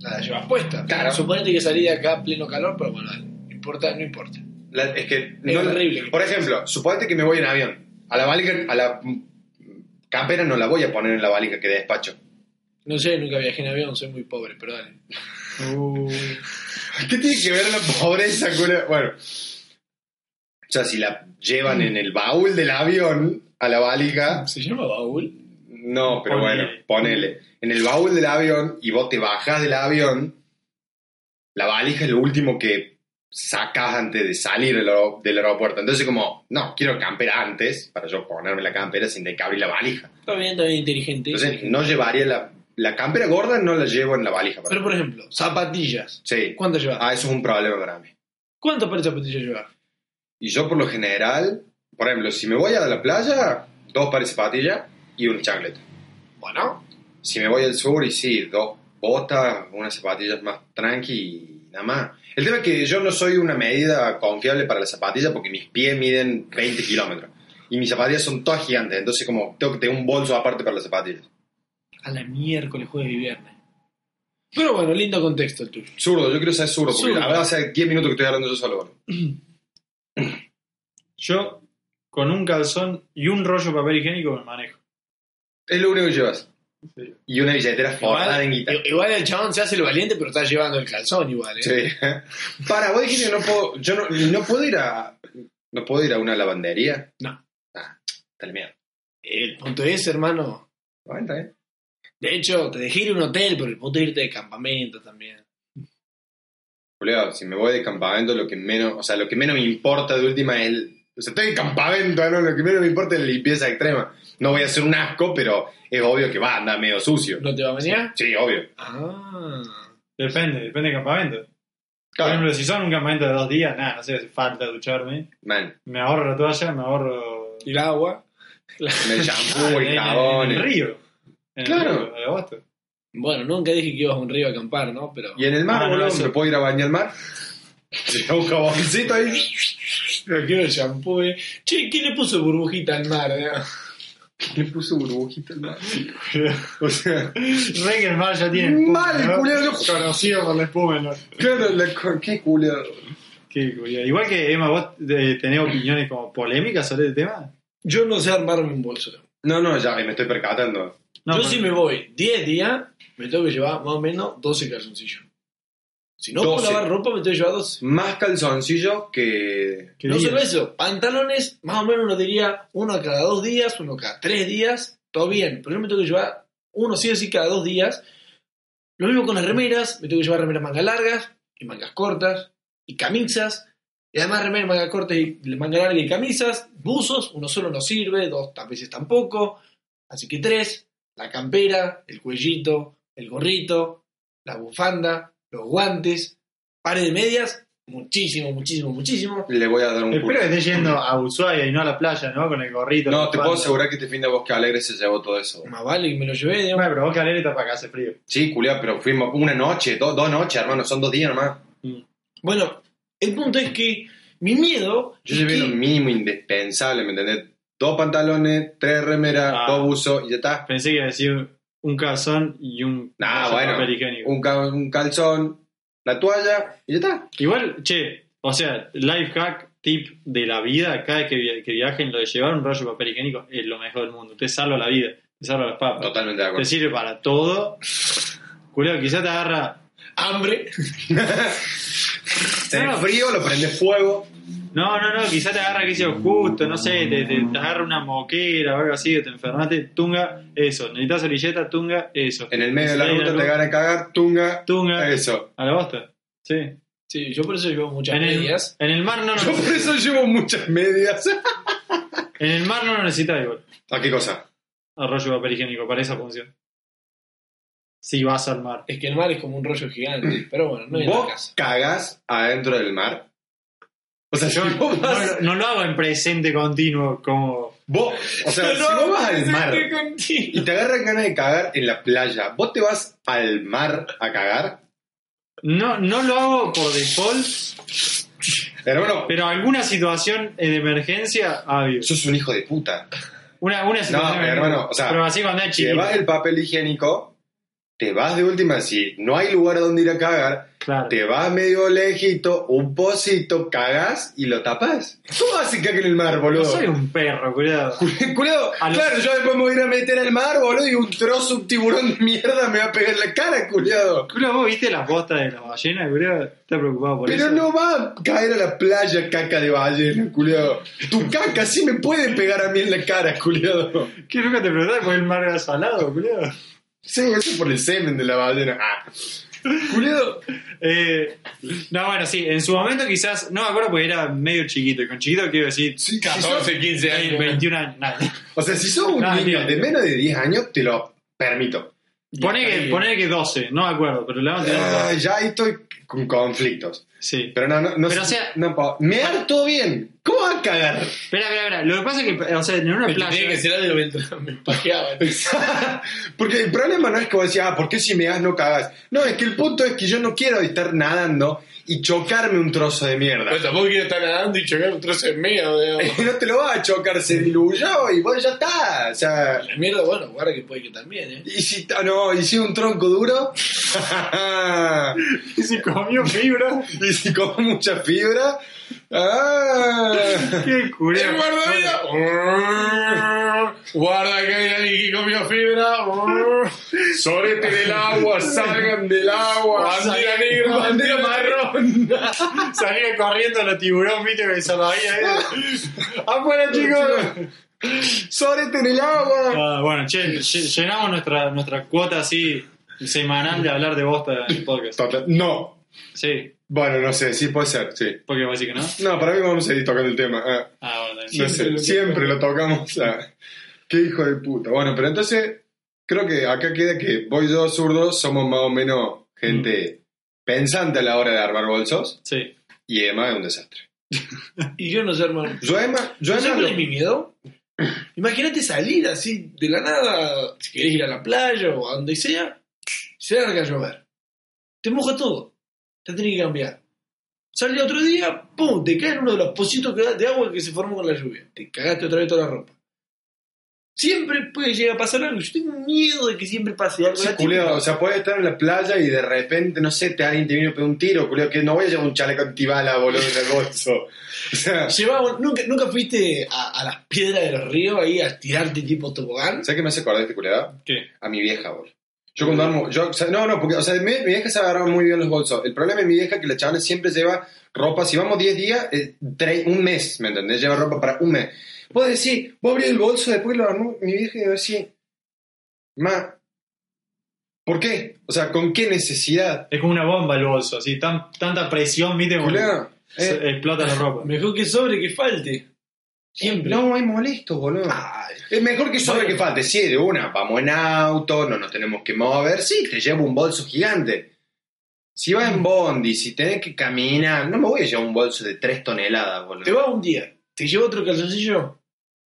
Speaker 2: la llevas puesta.
Speaker 3: Claro.
Speaker 2: Suponete que salí de acá a pleno calor, pero bueno, dale. No importa, no importa.
Speaker 3: La- es que no la-
Speaker 2: horrible que
Speaker 3: por ejemplo, suponete que me voy en avión. A la valija, a la mm, campera no la voy a poner en la valija que despacho.
Speaker 2: No sé, nunca viajé en avión, soy muy pobre, pero dale.
Speaker 1: Uh,
Speaker 3: ¿Qué tiene que ver la pobreza con la- Bueno. O sea, si la llevan en el baúl del avión a la valija,
Speaker 2: ¿Se llama baúl?
Speaker 3: no, pero
Speaker 1: Ponele.
Speaker 3: bueno, ponele. En el baúl del avión y vos te bajas del avión, la valija es lo último que sacas antes de salir del aer- del aeropuerto. Entonces como, no, quiero campera antes para yo ponerme la campera sin tener que abrir la valija.
Speaker 2: Está bien, también inteligente.
Speaker 3: Entonces no llevaría la, la campera gorda, no la llevo en la valija. por
Speaker 2: Pero por ejemplo, zapatillas.
Speaker 3: ejemplo. sí.
Speaker 2: ¿Cuántas llevas?
Speaker 3: Ah, eso es un problema para mí.
Speaker 2: ¿Cuántas pares de zapatillas llevas?
Speaker 3: Y yo por lo general, por ejemplo, si me voy a la playa, dos pares de zapatillas y una chancleta.
Speaker 2: Bueno,
Speaker 3: Si me voy al sur y sí, dos botas, unas zapatillas más tranqui y nada más. El tema es que yo no soy una medida confiable para las zapatillas porque mis pies miden 20 kilómetros. Y mis zapatillas son todas gigantes, entonces como tengo que tener un bolso aparte para las zapatillas.
Speaker 2: a la miércoles, jueves y viernes. Pero bueno, lindo contexto el tuyo.
Speaker 3: Zurdo, yo quiero ser zurdo, porque
Speaker 2: Zurdo.
Speaker 3: la verdad hace 10 minutos que estoy hablando yo solo.
Speaker 1: yo con un calzón y un rollo de papel higiénico me manejo.
Speaker 3: Es lo único que llevas.
Speaker 1: Sí.
Speaker 3: Y una billetera forrada en guita.
Speaker 2: I- Igual el chabón se hace el valiente, pero está llevando el calzón igual, ¿eh?
Speaker 3: Sí. Para, vos dijiste que no puedo, yo no, no puedo ir a, no puedo ir a una lavandería.
Speaker 2: No.
Speaker 3: Ah, está el miedo.
Speaker 2: El punto es, hermano.
Speaker 3: Bueno, está bien.
Speaker 2: De hecho, te dejé ir a un hotel, pero el punto es irte de campamento también.
Speaker 3: Julio, si me voy de campamento, lo que menos, o sea, lo que menos me importa de última es, el- o sea, estoy de campamento, ¿no? Lo que menos me importa es la limpieza extrema. No voy a hacer un asco, pero es obvio que va a andar medio sucio.
Speaker 2: ¿No te va a bañar?
Speaker 3: Sí, obvio.
Speaker 2: Ah.
Speaker 1: Depende, depende del campamento. Por
Speaker 3: Claro,
Speaker 1: ejemplo, si son un campamento de dos días, nada, no sé, hace falta ducharme.
Speaker 3: man,
Speaker 1: Me ahorro la toalla, me ahorro.
Speaker 2: Y el agua.
Speaker 3: el shampoo,
Speaker 1: en-
Speaker 3: el
Speaker 1: en-
Speaker 3: jabón,
Speaker 1: En el
Speaker 3: el-
Speaker 1: río. En
Speaker 3: Claro.
Speaker 1: El río, de agosto.
Speaker 2: Bueno, nunca dije que ibas a un río a acampar, ¿no? Pero.
Speaker 3: Y en el mar,
Speaker 1: Ah, no,
Speaker 3: boludo,
Speaker 1: eso-
Speaker 3: ¿me puedo ir a bañar al mar? Llevo un jaboncito ahí.
Speaker 2: Pero quiero el shampoo, eh. Che, ¿quién le puso burbujita al mar? eh?
Speaker 3: Le puso burbujita al mar. O sea...
Speaker 1: Re que el mar ya tiene. espuma,
Speaker 3: Mal,
Speaker 1: ¿no?
Speaker 3: culero.
Speaker 1: Conocido por la espuma. ¿no?
Speaker 3: Claro, la, qué culo.
Speaker 1: Qué curioso. Igual que Emma, ¿vos eh, tenés opiniones como polémicas sobre el tema?
Speaker 2: Yo no sé armarme un bolso.
Speaker 3: No, no, ya me estoy percatando.
Speaker 1: No,
Speaker 2: Yo
Speaker 1: pero-
Speaker 2: si me voy 10 días, me tengo que llevar más o menos 12 calzoncillos. Si no
Speaker 3: 12.
Speaker 2: puedo lavar ropa, me tengo que llevar 12.
Speaker 3: Más calzoncillos que.
Speaker 1: Qué
Speaker 2: no
Speaker 1: bien.
Speaker 2: solo eso, pantalones, más o menos uno diría uno cada dos días, uno cada tres días, todo bien. Pero yo me tengo que llevar uno sí o sí cada dos días. Lo mismo con las remeras, me tengo que llevar remeras mangas largas y mangas cortas y camisas. Y además remeras mangas cortas y manga larga y camisas, buzos, uno solo no sirve, dos a veces tampoco. Así que tres, la campera, el cuellito, el gorrito, la bufanda, los guantes, pares de medias muchísimo, muchísimo, muchísimo.
Speaker 3: Le voy a dar un
Speaker 1: Espero
Speaker 3: culo.
Speaker 1: que estés yendo a Ushuaia y no a la playa, ¿no? Con el gorrito.
Speaker 3: No,
Speaker 1: la
Speaker 3: te puedo
Speaker 1: falda.
Speaker 3: asegurar que este fin de Bosque Alegre se llevó todo eso.
Speaker 2: Más vale que me lo llevé, digamos.
Speaker 1: Bueno, pero vos que alegre está para acá, hace frío.
Speaker 3: Sí, culiá, pero fuimos una noche, dos, dos noches, hermano, son dos días nomás.
Speaker 2: Bueno, el punto es que mi miedo.
Speaker 3: Yo
Speaker 2: es
Speaker 3: llevé lo
Speaker 2: que-
Speaker 3: mínimo indispensable, ¿me entendés? Dos pantalones, tres remeras,
Speaker 1: Ah.
Speaker 3: dos buzos y ya está.
Speaker 1: Pensé que iba a decir un calzón y un
Speaker 3: Nah,
Speaker 1: rollo de
Speaker 3: bueno.
Speaker 1: papel higiénico.
Speaker 3: Un, ca- un calzón, la toalla y ya está.
Speaker 1: Igual, che, o sea, life hack, tip de la vida, cada vez que, via- que viajen, lo de llevar un rollo de papel higiénico es lo mejor del mundo. Te salva la vida, te salva las papas.
Speaker 3: Totalmente de
Speaker 1: Te
Speaker 3: acuerdo.
Speaker 1: sirve para todo. Cuidado, quizás te agarra.
Speaker 2: Hambre.
Speaker 3: Tenés
Speaker 1: No.
Speaker 3: frío, lo prendes fuego.
Speaker 1: No, no, no, quizás te agarra, qué sé yo, justo, no sé, te, te- te agarra una moquera o algo así, o te enfermaste, tunga, eso. Necesitas orilleta, tunga, eso.
Speaker 3: En el medio de la
Speaker 1: Sí, la
Speaker 3: ruta
Speaker 1: luz.
Speaker 3: te eh. ganan cagar, tunga,
Speaker 1: Tunga,
Speaker 3: eso.
Speaker 1: a la bosta. Sí.
Speaker 2: Sí, yo por eso llevo muchas
Speaker 1: En el,
Speaker 2: medias.
Speaker 1: en el mar no lo
Speaker 3: Yo por eso llevo muchas medias.
Speaker 1: En el mar no lo necesitas igual.
Speaker 3: ¿A qué cosa?
Speaker 1: Arroyo de papel higiénico para esa función. Si vas al mar.
Speaker 2: Es que el mar es como un rollo gigante. Pero bueno, no hay nada que
Speaker 3: ¿Vos
Speaker 2: hacer.
Speaker 3: cagás adentro del mar? O sea,
Speaker 1: Yo
Speaker 3: si
Speaker 1: no,
Speaker 3: vos vas...
Speaker 1: no lo hago en presente continuo como.
Speaker 3: Vos, o sea, si vos vas al mar...
Speaker 2: Estoy contigo.
Speaker 3: y te agarran ganas de cagar en la playa, ¿vos te vas al mar a cagar?
Speaker 1: No, no lo hago por default,
Speaker 3: Hermano,
Speaker 1: pero alguna situación de emergencia ah, ha habido.
Speaker 3: sos un hijo de puta.
Speaker 1: Una, una situación. de emergencia.
Speaker 3: pero hermano, o sea,
Speaker 1: pero así cuando es chiquito.
Speaker 3: Llevas el papel higiénico, te vas de última, si no hay lugar a donde ir a cagar,
Speaker 1: Claro.
Speaker 3: te vas medio lejito, un pocito, cagás y lo tapás. ¿Cómo haces cagar en el mar,
Speaker 1: No
Speaker 3: boludo?
Speaker 1: soy un perro, cuidado.
Speaker 3: Culeado,
Speaker 1: A los-
Speaker 3: claro, yo después me voy a ir a meter al mar, boludo, y un trozo, un tiburón de mierda me va a pegar en la cara, culeado.
Speaker 1: Cuidado, ¿Vos viste las bostas de la ballena, cuidado? ¿Estás preocupado por
Speaker 3: Pero
Speaker 1: eso?
Speaker 3: no va a caer a la playa caca de ballena, culiado. Tu caca sí me puede pegar a mí en la cara, culiado.
Speaker 1: ¿Qué nunca te preguntaste por el mar era salado, cuidado?
Speaker 3: Sí, eso por el semen de la ballena. Ah. Culiado.
Speaker 1: Eh, no, bueno, sí, en su momento quizás, no me acuerdo porque era medio chiquito, y con chiquito quiero decir
Speaker 3: Sí, sí,
Speaker 2: 14, 15
Speaker 1: eh, 21 años. nada.
Speaker 3: O sea, si sos un
Speaker 1: No, tío.
Speaker 3: niño de menos de 10 años, te lo permito.
Speaker 1: Pone que,
Speaker 2: ahí-
Speaker 1: pone que 12, no me acuerdo, pero le vamos a tener
Speaker 3: Ah,
Speaker 1: 12.
Speaker 3: ya ahí estoy con conflictos.
Speaker 1: Sí.
Speaker 3: Pero no, no, no.
Speaker 1: Pero, o
Speaker 3: sé-
Speaker 1: sea-
Speaker 3: no puedo. Mear todo bien. ¿Cómo va a cagar?
Speaker 1: Espera, espera, espera. Lo que pasa es que, o sea, en una
Speaker 2: El que Tiene que
Speaker 1: playa.
Speaker 2: ser algo mientras me pajeaban.
Speaker 3: Porque el problema no es que vos decís, ah, ¿por qué si me das no cagas? No, es que el punto es que yo no quiero estar nadando y chocarme un trozo de mierda.
Speaker 2: Pero Pues tampoco quiero estar nadando y chocar un trozo de mega, digamos.
Speaker 3: no te lo vas a chocar, se diluyó y vos ya está. O sea,
Speaker 2: La mierda, bueno, guarda que puede que también, ¿eh?
Speaker 3: y si, ah, no, y si un tronco duro,
Speaker 1: Y si comió fibra.
Speaker 3: y si como mucha fibra, ah.
Speaker 1: Qué curioso.
Speaker 2: ¡El guardavida! Guarda que viene alguien que comió fibra. Sorete del agua, salgan del agua. Bandera negra, bandera marrón.
Speaker 1: Salía corriendo los tiburón, viste, que se lo había ido. ¡Afuera, chicos!
Speaker 3: ¡Sorete en el agua!
Speaker 1: Ah, bueno, che, lle- llenamos nuestra, nuestra cuota así semanal de hablar de bosta en el podcast.
Speaker 3: Total- No.
Speaker 1: Sí,
Speaker 3: Bueno, no sé, sí puede ser, sí.
Speaker 1: porque vos decís que no.
Speaker 3: No, para mí vamos a ir tocando el tema. ah.
Speaker 1: Ah, bueno, dale.
Speaker 3: No
Speaker 2: Siempre
Speaker 3: sé,
Speaker 2: lo
Speaker 3: siempre lo tocamos. ah. Qué hijo de puta. Bueno, pero entonces creo que acá queda que vos y yo, zurdo, somos más o menos gente
Speaker 2: Mm.
Speaker 3: pensante a la hora de armar bolsos
Speaker 1: Sí.
Speaker 3: y Emma es un desastre.
Speaker 2: Y yo no sé, hermano.
Speaker 3: Yo, Emma, yo,
Speaker 2: ¿Sabes
Speaker 3: Emma,
Speaker 2: cuál
Speaker 3: lo-
Speaker 2: es mi miedo? Imagínate salir así de la nada, si querés ir a la playa o a donde sea, se larga a llover. Te moja todo. Te tenés que cambiar. Salí otro día, pum, te cae en uno de los pocitos que- de agua que se formó con la lluvia. Te cagaste otra vez toda la ropa. Siempre puede llegar a pasar algo. Yo tengo miedo de que siempre pase algo.
Speaker 3: Sí,
Speaker 2: La
Speaker 3: culiao,
Speaker 2: típica-
Speaker 3: o sea, puedes estar en la playa y de repente, no sé, te alguien te viene a pegar un tiro, culiao, que no voy a llevar un chaleco antibala, boludo, en el bolso. O sea,
Speaker 2: Llevaba un- ¿nunca, ¿Nunca fuiste a, a las piedras de los ríos ahí a estirarte tipo tobogán?
Speaker 3: ¿sabes qué me hace acordar este culiao?
Speaker 1: ¿Qué?
Speaker 3: a mi vieja, boludo. Yo cuando armo, yo, o sea, no, no, porque, o sea, mi, mi vieja se agarraba muy bien los bolsos. El problema de mi vieja es que la chavales siempre lleva ropa, si vamos 10 días, eh, tre- un mes, ¿me entendés? Lleva ropa para un mes. Vos decís, vos abrís el bolso, después lo armó mi vieja y yo decís, ma, ¿por qué? O sea, ¿con qué necesidad?
Speaker 1: Es como una bomba el bolso, así, tan, tanta presión, viste, como
Speaker 3: Culeado.
Speaker 1: se-
Speaker 3: Eh,
Speaker 1: explota la ropa.
Speaker 2: Mejor que sobre que falte. Siempre.
Speaker 3: no, es molesto, boludo.
Speaker 2: Ay,
Speaker 3: Es mejor que sobre
Speaker 2: Bueno.
Speaker 3: que falte, sí, de una, vamos en auto, no nos tenemos que mover, sí, te llevo un bolso gigante. Si vas
Speaker 2: Mm.
Speaker 3: en Bondi, si tenés que caminar, no me voy a llevar un bolso de 3 toneladas, boludo.
Speaker 2: Te vas un día, te llevo otro calzoncillo,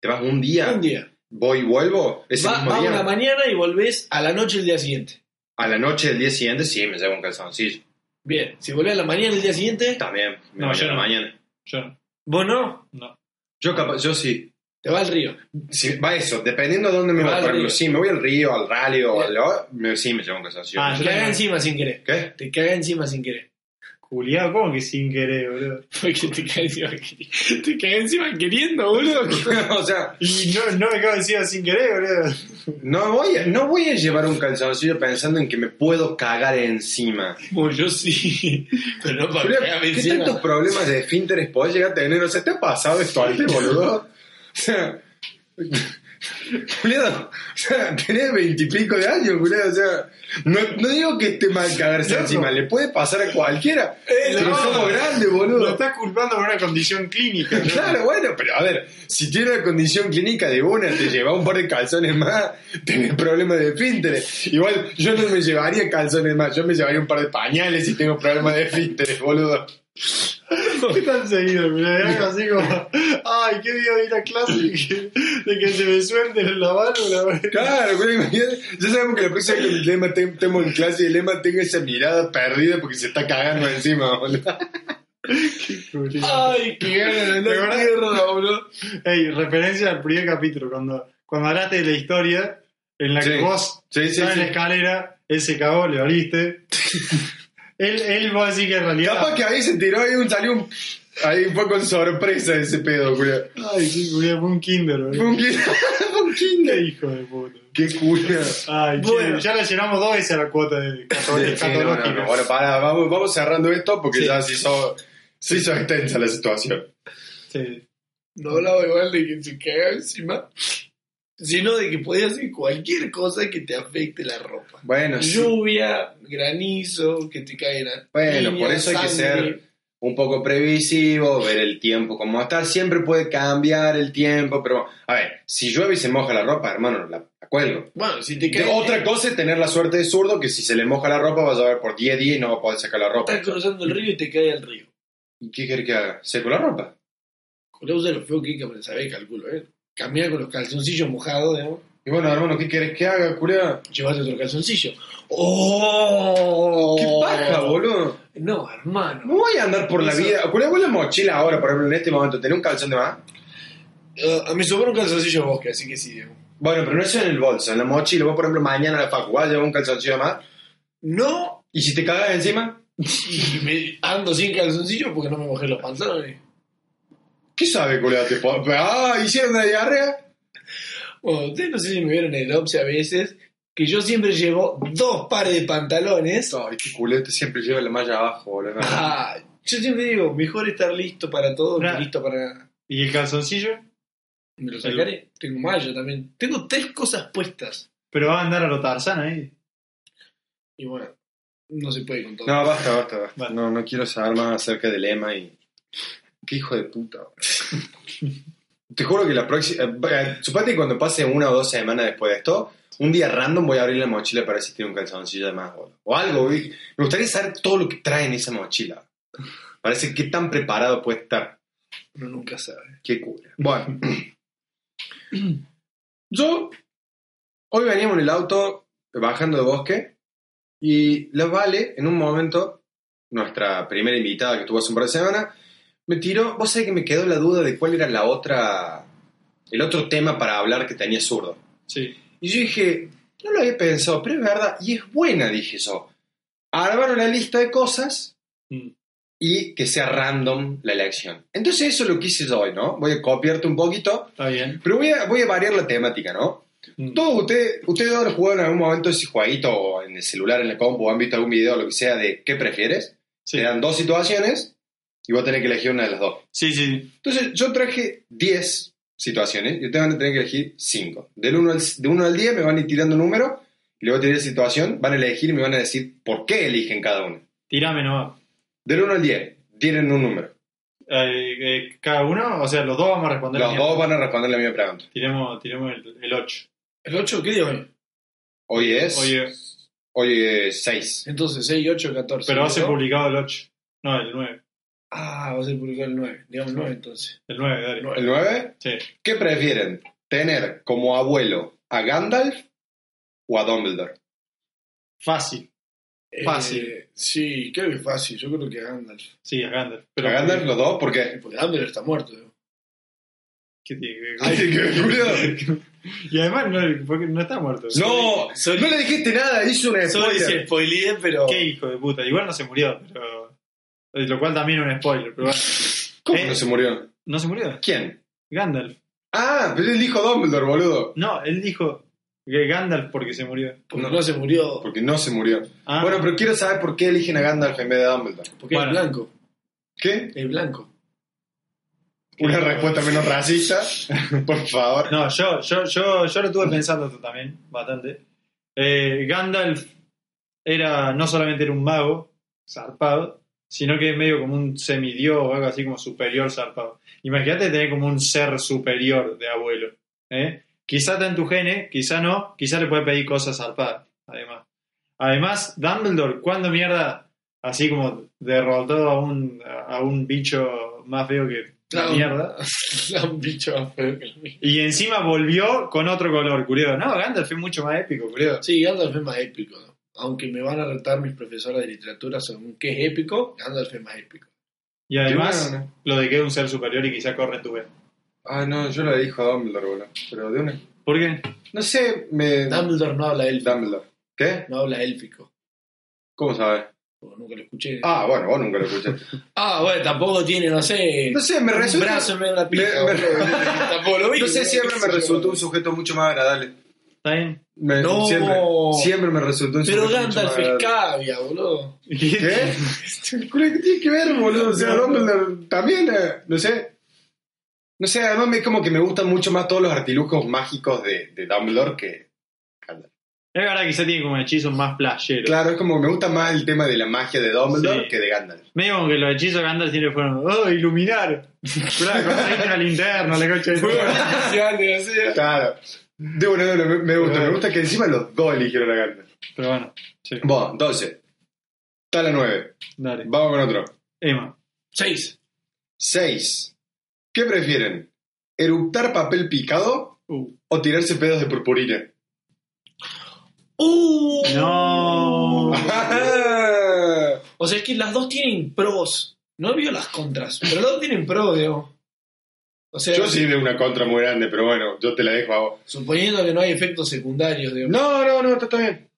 Speaker 3: ¿Te vas un día?
Speaker 2: un día.
Speaker 3: ¿Voy y vuelvo? Ese
Speaker 2: Va,
Speaker 3: mismo
Speaker 2: va
Speaker 3: día.
Speaker 2: una mañana y volvés a la noche el día siguiente.
Speaker 3: A la noche del día siguiente sí me llevo un calzoncillo.
Speaker 2: Bien, si volvés a la mañana el día siguiente,
Speaker 3: También, me
Speaker 1: No,
Speaker 3: baño
Speaker 1: yo
Speaker 3: a la
Speaker 1: no.
Speaker 3: mañana.
Speaker 1: Yo,
Speaker 2: vos no,
Speaker 1: no.
Speaker 3: Yo capaz, yo sí.
Speaker 2: te vas al río.
Speaker 3: Sí, va eso, dependiendo de dónde me
Speaker 2: Va
Speaker 3: voy.
Speaker 2: al
Speaker 3: Por ejemplo,
Speaker 2: río.
Speaker 3: sí, me voy al río, al rally o al... me- Sí, me llevo un calzoncillo.
Speaker 1: Ah,
Speaker 2: Te
Speaker 1: yo
Speaker 2: cagás
Speaker 1: también.
Speaker 2: encima sin querer.
Speaker 3: ¿Qué?
Speaker 2: Te cagás encima sin querer.
Speaker 1: Juliado, ¿cómo que sin querer, boludo?
Speaker 2: Porque te cagás encima queriendo. Te cagás encima queriendo, boludo.
Speaker 3: o sea,
Speaker 1: Y no, no me acabo de decir sin querer, boludo.
Speaker 3: no voy, a, no voy a llevar un calzoncillo pensando en que me puedo cagar encima.
Speaker 2: Como yo sí. Pero no para
Speaker 3: Julián,
Speaker 2: cagarme
Speaker 3: ¿Qué
Speaker 2: encima.
Speaker 3: tantos problemas de finteres podés llegar a tener? O sea, ¿te ha pasado esto antes, boludo? O sea, Julián, o sea, tenés veintipico de años, Julián, o sea, no, no digo que esté mal cagarse
Speaker 1: Loco.
Speaker 3: encima, le puede pasar a cualquiera,
Speaker 1: Eh,
Speaker 3: pero
Speaker 1: no.
Speaker 3: somos grandes,
Speaker 1: Lo
Speaker 3: boludo.
Speaker 1: estás culpando por una condición clínica, ¿no?
Speaker 3: Claro, bueno, pero a ver, si tiene una condición clínica de una, te lleva un par de calzones más, tenés problemas de finteres. Igual yo no me llevaría calzones más, yo me llevaría un par de pañales si tengo problemas de finteres, boludo.
Speaker 1: ¿Qué tan seguido? Me lo dejan así como, ay, qué día de ir a clase de que, de que se me suelte la válvula. boludo".
Speaker 3: Claro, güey, imagínate. Ya sabemos que la próxima que el lema te- temo en clase y el lema tenga esa mirada perdida porque se está cagando encima, boludo.
Speaker 2: Ay, qué ganas de
Speaker 1: ¿Te
Speaker 2: la
Speaker 1: acordás?
Speaker 2: mierda, boludo.
Speaker 1: Ey, referencia al primer capítulo, cuando, cuando hablaste de la historia en la que
Speaker 3: Sí.
Speaker 1: vos
Speaker 3: Sí, sí,
Speaker 1: estabas en la
Speaker 3: sí.
Speaker 1: escalera, él se cagó, le oliste. él, él va a decir que en realidad.
Speaker 3: Capaz que ahí se tiró y un, salió un. Ahí fue con sorpresa ese pedo, culo.
Speaker 1: Ay, sí, culiao, fue un kinder,
Speaker 3: Fue
Speaker 1: boludo.
Speaker 3: un kinder. Fue un
Speaker 1: Qué
Speaker 3: kinder.
Speaker 1: hijo de puta.
Speaker 3: Qué culo.
Speaker 1: Ay, che,
Speaker 2: Bueno.
Speaker 1: ya le llenamos dos veces a la cuota de catol-
Speaker 3: Sí, no, no, no. Bueno,
Speaker 1: catológica.
Speaker 3: pará, vamos, vamos cerrando esto porque
Speaker 2: Sí.
Speaker 3: ya se hizo, se hizo extensa la situación.
Speaker 1: Sí.
Speaker 2: No hablaba igual de que se cagaba encima, sino de que podías hacer cualquier cosa que te afecte la ropa.
Speaker 3: Bueno, sí.
Speaker 2: Lluvia, granizo, que te caigan a
Speaker 3: Bueno, por eso hay que ser- un poco previsivo, ver el tiempo como va a estar. Siempre puede cambiar el tiempo, pero a ver, si llueve y se moja la ropa, hermano, la, la cuelgo.
Speaker 2: Bueno, si te
Speaker 3: De-
Speaker 2: cae.
Speaker 3: otra cosa es tener la suerte de zurdo que si se le moja la ropa vas a ver por 10 días y no va a poder sacar la ropa.
Speaker 2: Estás cruzando el río y te cae al río.
Speaker 3: ¿Y qué querés que haga? ¿Seco la ropa?
Speaker 2: Con usa lo feo que hay que aprender, sabés, calculo, ¿eh? Caminar con los calzoncillos mojados, digamos.
Speaker 3: Y bueno, hermano, ¿qué querés que haga, culiao?
Speaker 2: Llevate otro calzoncillo. ¡Oh!
Speaker 3: ¿Qué paja, boludo?
Speaker 2: No, hermano.
Speaker 3: No voy a andar por la
Speaker 2: Eso-
Speaker 3: vida. Culiao, vos la mochila ahora, por ejemplo, en este momento, ¿tenés un calzón de más?
Speaker 2: Eh, a mí sobró un calzoncillo de bosque, así que sí, digamos.
Speaker 3: Bueno, pero no es en el bolso, en la mochila. Vos, por ejemplo, mañana a la facu, vas a llevar un calzoncillo de más.
Speaker 2: No
Speaker 3: ¿Y si te cagas encima?
Speaker 2: Y me ando sin calzoncillos porque no me mojé los pantalones.
Speaker 3: ¿Qué sabe, culiao? ¿Te po- Ah, ¿hicieron la diarrea?
Speaker 2: Bueno, ustedes no sé si me vieron en el OPSE a veces, que yo siempre llevo dos pares de pantalones.
Speaker 3: Ay, qué culete, siempre lleva la malla abajo, boludo.
Speaker 2: Ah, yo siempre digo, mejor estar listo para todo
Speaker 1: Claro.
Speaker 2: que listo para nada.
Speaker 1: ¿Y el calzoncillo?
Speaker 2: Me lo sacaré. Tengo mayo también. Tengo tres cosas puestas.
Speaker 1: Pero va a andar a lo Tarzán ahí.
Speaker 2: Y bueno, no se puede con todo.
Speaker 3: No, basta, basta, basta.
Speaker 1: Vale.
Speaker 3: No, no quiero saber más acerca del lema y. Qué hijo de puta, boludo. Te juro que la próxima. eh, eh, Supate que cuando pase una o dos semanas después de esto, un día random voy a abrir la mochila para ver si tiene un calzoncillo de más, boludo. O algo, güey. Me gustaría saber todo lo que trae en esa mochila. Parece que tan preparado puede estar.
Speaker 2: Uno nunca sabe.
Speaker 3: Qué cura. Bueno. Yo, hoy veníamos en el auto bajando de bosque y la Vale, en un momento, nuestra primera invitada que estuvo hace un par de semanas, me tiró, vos sabés que me quedó la duda de cuál era la otra, el otro tema para hablar que tenía zurdo.
Speaker 1: Sí.
Speaker 3: Y yo dije, no lo había pensado, pero es verdad, y es buena, dije yo. Armar una lista de cosas
Speaker 1: Mm.
Speaker 3: y que sea random la elección. Entonces eso es lo que hice yo hoy, ¿no? Voy a copiarte un poquito,
Speaker 1: Está bien.
Speaker 3: pero voy a, voy a variar la temática, ¿no?
Speaker 1: Mm.
Speaker 3: Todos ustedes, ustedes ahora jugaron en algún momento ese jueguito o en el celular, en la compu, o han visto algún video, lo que sea, de qué prefieres.
Speaker 1: Sí.
Speaker 3: Te dan dos situaciones y vos tenés que elegir una de las dos.
Speaker 1: sí, sí.
Speaker 3: Entonces yo traje 10 situaciones y ustedes van a tener que elegir 5. Del uno al, de 1 al 10 me van a ir tirando números y luego tirar situación, van a elegir y me van a decir por qué eligen cada una.
Speaker 1: Tirame nomás.
Speaker 3: Del 1 al 10, tienen un número.
Speaker 1: Eh, eh, Cada uno, o sea, los dos vamos a responder.
Speaker 3: Los
Speaker 1: la
Speaker 3: dos
Speaker 1: misma.
Speaker 3: van a responder la misma pregunta.
Speaker 1: Tiremos, tiremos el 8.
Speaker 2: ¿El 8 qué día hoy?
Speaker 3: Hoy es.
Speaker 1: Oye,
Speaker 3: Hoy es 6.
Speaker 2: Entonces, 6, 8, 14.
Speaker 1: Pero va a ser
Speaker 2: ¿no?
Speaker 1: publicado el 8. No, el 9.
Speaker 2: Ah, va a ser publicado el 9. Digamos 9 entonces.
Speaker 1: El 9, dale.
Speaker 3: ¿El 9?
Speaker 1: Sí.
Speaker 3: ¿Qué prefieren? ¿Tener como abuelo a Gandalf o a Dumbledore?
Speaker 1: Fácil.
Speaker 2: Eh,
Speaker 1: Fácil.
Speaker 2: sí, creo que fácil. Yo creo que a Gandalf. Eh,
Speaker 1: Sí, a Gandalf.
Speaker 3: ¿Pero a Gandalf los dos? ¿Por qué?
Speaker 2: Porque Gandalf está muerto. digo.
Speaker 1: ¿Qué tiene que ver?
Speaker 3: Ay, qué curioso.
Speaker 1: Y además no, porque no está muerto.
Speaker 3: No, no le dijiste nada, hizo una
Speaker 2: Sorry
Speaker 3: spoiler.
Speaker 2: si spoileé, pero.
Speaker 1: Qué hijo de puta. Igual no se murió, pero. eh, Lo cual también es un spoiler, pero bueno.
Speaker 3: ¿Cómo
Speaker 1: Eh.
Speaker 3: no se murió?
Speaker 1: ¿No se murió?
Speaker 3: ¿Quién?
Speaker 1: Gandalf.
Speaker 3: Ah, pero él dijo Dumbledore, boludo.
Speaker 1: No, él dijo que Gandalf porque se murió.
Speaker 2: Porque
Speaker 3: No.
Speaker 2: no, se murió.
Speaker 3: Porque no se murió.
Speaker 1: Ah,
Speaker 3: Bueno, pero quiero saber por qué eligen a Gandalf en vez de Dumbledore.
Speaker 2: Porque
Speaker 1: Bueno.
Speaker 2: es blanco.
Speaker 3: ¿Qué?
Speaker 2: Es blanco.
Speaker 3: Una respuesta menos racista, por favor.
Speaker 1: No, yo, yo, yo, yo lo estuve pensando esto también, bastante. Eh, Gandalf era, no solamente era un mago, zarpado, sino que es medio como un semidios o algo así como superior zarpado. Imagínate tener como un ser superior de abuelo. ¿eh? Quizá está en tu gene, quizá no, quizá le puedes pedir cosas zarpadas, además. Además, Dumbledore, cuando mierda, así como derrotó a un, a un bicho más feo que la
Speaker 2: No.
Speaker 1: mierda.
Speaker 2: un bicho más feo que lo mío.
Speaker 1: Y encima volvió con otro color, curioso. No, Gandalf fue mucho más épico, curioso.
Speaker 2: Sí, Gandalf es más épico. ¿no? Aunque me van a retar mis profesoras de literatura según qué es épico, Gandalf es más épico.
Speaker 1: Y además,
Speaker 3: Qué bueno.
Speaker 1: lo de que es un ser superior y quizá corre en tu vez.
Speaker 3: Ah, no, yo le dijo a Dumbledore, boludo. Pero de una.
Speaker 1: ¿Por qué?
Speaker 3: No sé, me.
Speaker 2: Dumbledore no habla élfico.
Speaker 3: Dumbledore. ¿Qué?
Speaker 2: No habla élfico.
Speaker 3: ¿Cómo sabes?
Speaker 2: Porque nunca lo escuché. Ah,
Speaker 3: Ah, bueno, vos nunca lo escuchaste.
Speaker 2: bueno, tampoco tiene, no sé.
Speaker 3: No sé, me
Speaker 2: un
Speaker 3: resulta.
Speaker 2: brazo en medio de la pija.
Speaker 3: Me- me-
Speaker 2: boludo. Tampoco lo vi.
Speaker 3: No sé, siempre me resultó un sujeto mucho más agradable.
Speaker 1: ¿Está bien?
Speaker 3: Me-
Speaker 2: No.
Speaker 3: siempre, siempre me resultó un
Speaker 2: Pero
Speaker 3: sujeto mucho más
Speaker 2: Gandalf es
Speaker 3: agradable.
Speaker 2: cabia, boludo.
Speaker 3: ¿Qué? ¿Qué tiene que ver, boludo? O sea, Dumbledore también, eh, no sé. No sé, además me, como que me gustan mucho más todos los artilugios mágicos de, de Dumbledore que Gandalf.
Speaker 1: Es verdad, quizá tiene como hechizos más playeros.
Speaker 3: Claro, es como que me gusta más el tema de la magia de Dumbledore
Speaker 1: Sí.
Speaker 3: que de Gandalf.
Speaker 1: Medio como que los hechizos de Gandalf siempre fueron, ¡oh, iluminar! Claro, conseguiste una linterna, la coche de tu madre.
Speaker 2: Artificiales, o sea.
Speaker 3: Claro. De bueno, de bueno, me, me gusta, me gusta que encima los dos eligieron a Gandalf.
Speaker 1: Pero bueno, sí,
Speaker 3: Bueno, entonces, está la 9.
Speaker 1: dale.
Speaker 3: Vamos con otro.
Speaker 1: Emma.
Speaker 2: Seis.
Speaker 3: 6. ¿Qué prefieren? ¿Eruptar papel picado
Speaker 1: Uh.
Speaker 3: o tirarse pedos de purpurina?
Speaker 2: ¡Uh!
Speaker 1: No.
Speaker 3: Ah.
Speaker 2: O sea, es que las dos tienen pros. No vio las contras, pero las dos tienen pros, digamos. O sea,
Speaker 3: Yo sí veo una contra muy grande, pero bueno, yo te la dejo a vos.
Speaker 2: suponiendo que no hay efectos secundarios, digamos.
Speaker 3: No, no, no, está todo bien.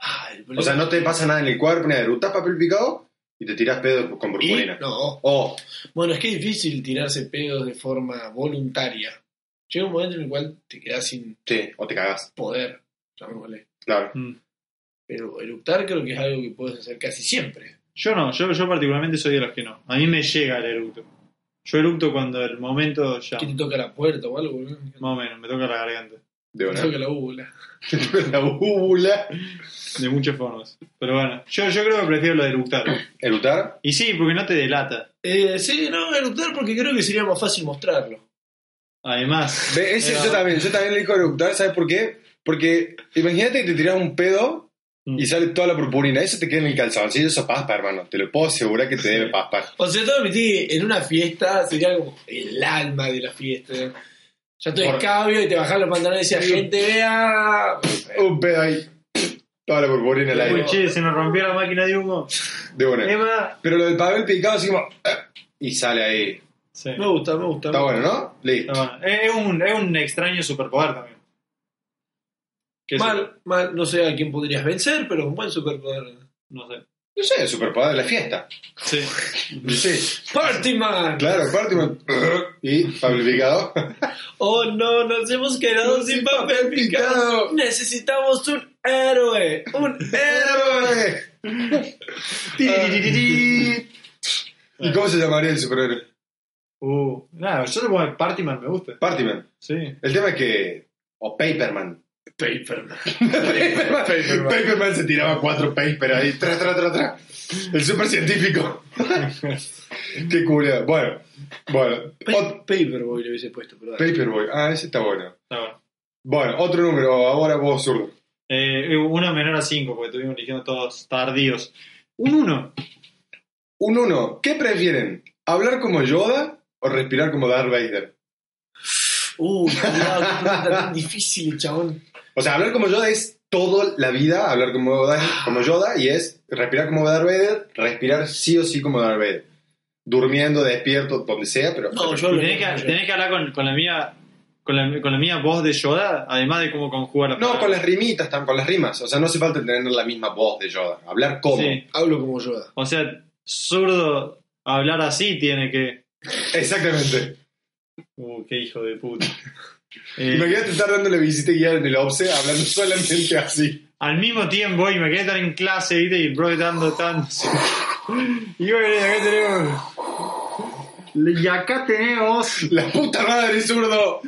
Speaker 2: Ay, boludo.
Speaker 3: O sea, no te pasa nada en el cuerpo, ni nada. Eructás papel picado y te tirás pedos con
Speaker 2: Y-
Speaker 3: purpurina.
Speaker 2: No.
Speaker 3: O,
Speaker 2: Bueno, es que es difícil tirarse pedos de forma voluntaria. Llega un momento en el cual te quedas sin
Speaker 3: sí, o te cagás,
Speaker 2: poder, llamémosle.
Speaker 3: claro.
Speaker 1: Mm.
Speaker 2: Pero eructar creo que es algo que puedes hacer casi siempre.
Speaker 1: Yo no, yo, yo particularmente soy de los que no. A mí me llega el eructo. Yo eructo cuando el momento ya.
Speaker 2: Que te toca la puerta o algo, boludo.
Speaker 1: Más o menos, me toca la garganta.
Speaker 3: De
Speaker 2: Te
Speaker 3: una.
Speaker 2: toca la búbula.
Speaker 3: la bula.
Speaker 1: De muchas formas. Pero bueno, yo, yo creo que prefiero lo de eructar.
Speaker 3: ¿Eructar?
Speaker 1: Y sí, porque no te delata.
Speaker 2: Eh, sí, no, eructar porque creo que sería más fácil mostrarlo.
Speaker 1: Además.
Speaker 3: Ve, ese,
Speaker 1: Pero-
Speaker 3: yo también, yo también le digo eructar, ¿sabes por qué? Porque imagínate que te tirás un pedo
Speaker 1: Mm.
Speaker 3: y sale toda la purpurina. Eso te queda en el calzoncillo, eso paspa, hermano. Te lo puedo asegurar que te debe paspar.
Speaker 2: O sea, todo admití que en una fiesta sería como el alma de la fiesta. ¿eh? Ya estoy
Speaker 3: Por-
Speaker 2: escabio y te bajas los pantalones y la
Speaker 3: Sí.
Speaker 2: gente vea.
Speaker 3: Un pedo ahí. Toda la purpurina al
Speaker 1: Uy,
Speaker 3: aire.
Speaker 1: che, se nos rompió la máquina de humo.
Speaker 3: De una.
Speaker 1: Emma.
Speaker 3: Pero lo del papel picado, así como. eh, Y sale ahí.
Speaker 1: Sí.
Speaker 2: Me gusta, me gusta.
Speaker 3: Está bueno, ¿no? Listo.
Speaker 1: Está bueno. Es, es un, es un extraño superpoder también. Que es-
Speaker 2: Mal, mal, no sé a quién podrías vencer, pero es un buen superpoder.
Speaker 1: No sé.
Speaker 3: No sé, el superpoder de la fiesta.
Speaker 1: Sí.
Speaker 3: Sí.
Speaker 2: ¡Party Man!
Speaker 3: Claro, Partiman. Y papel picado.
Speaker 2: Oh no, nos hemos quedado sin papel picado. Necesitamos un héroe. Un héroe.
Speaker 3: ¡Héroe! ¿Y cómo se llamaría el superhéroe?
Speaker 1: Uh, nada, yo supongo que Partyman me gusta.
Speaker 3: Partiman.
Speaker 1: Sí.
Speaker 3: El tema es que. O Paperman.
Speaker 2: Paperman.
Speaker 3: Paperman.
Speaker 2: Paperman.
Speaker 3: Paperman se tiraba cuatro papers ahí. Tra, tra, tra, tra. El supercientífico. Qué culo. Bueno, bueno. Ot-
Speaker 2: Pa- Paperboy le hubiese puesto, pero dale.
Speaker 3: Paperboy. Ah, ese está bueno.
Speaker 1: Está bueno.
Speaker 3: Bueno, otro número. Ahora vos, zurdo.
Speaker 1: Eh, una menor a 5, porque estuvimos eligiendo todos tardíos. Un 1.
Speaker 3: Un 1. ¿Qué prefieren? ¿Hablar como Yoda o respirar como Darth Vader?
Speaker 2: Uh, cuidado, qué pregunta tan difícil, chabón.
Speaker 3: O sea, hablar como Yoda es toda la vida hablar como, Da- como Yoda y es respirar como Darth Vader, respirar sí o sí como Darth Vader. Durmiendo, despierto, donde sea, pero...
Speaker 2: No, yo lo
Speaker 1: Tenés que, tenés que hablar con, con la mía. Con la, con la mía voz de Yoda, además de cómo conjugar la
Speaker 3: No, con las rimitas, están con las rimas. O sea, no hace falta tener la misma voz de Yoda. Hablar como.
Speaker 1: Sí.
Speaker 2: Hablo como Yoda.
Speaker 1: O sea, zurdo hablar así tiene que.
Speaker 3: Exactamente.
Speaker 1: Uh, qué hijo de puta. Eh,
Speaker 3: Imagínate estar dándole visita guiada en el OBSE hablando solamente así.
Speaker 1: al mismo tiempo, y me quedé estar en clase, ¿viste? Y bro, dando tanto. y bueno, acá tenemos. Y acá tenemos.
Speaker 3: La puta madre, zurdo.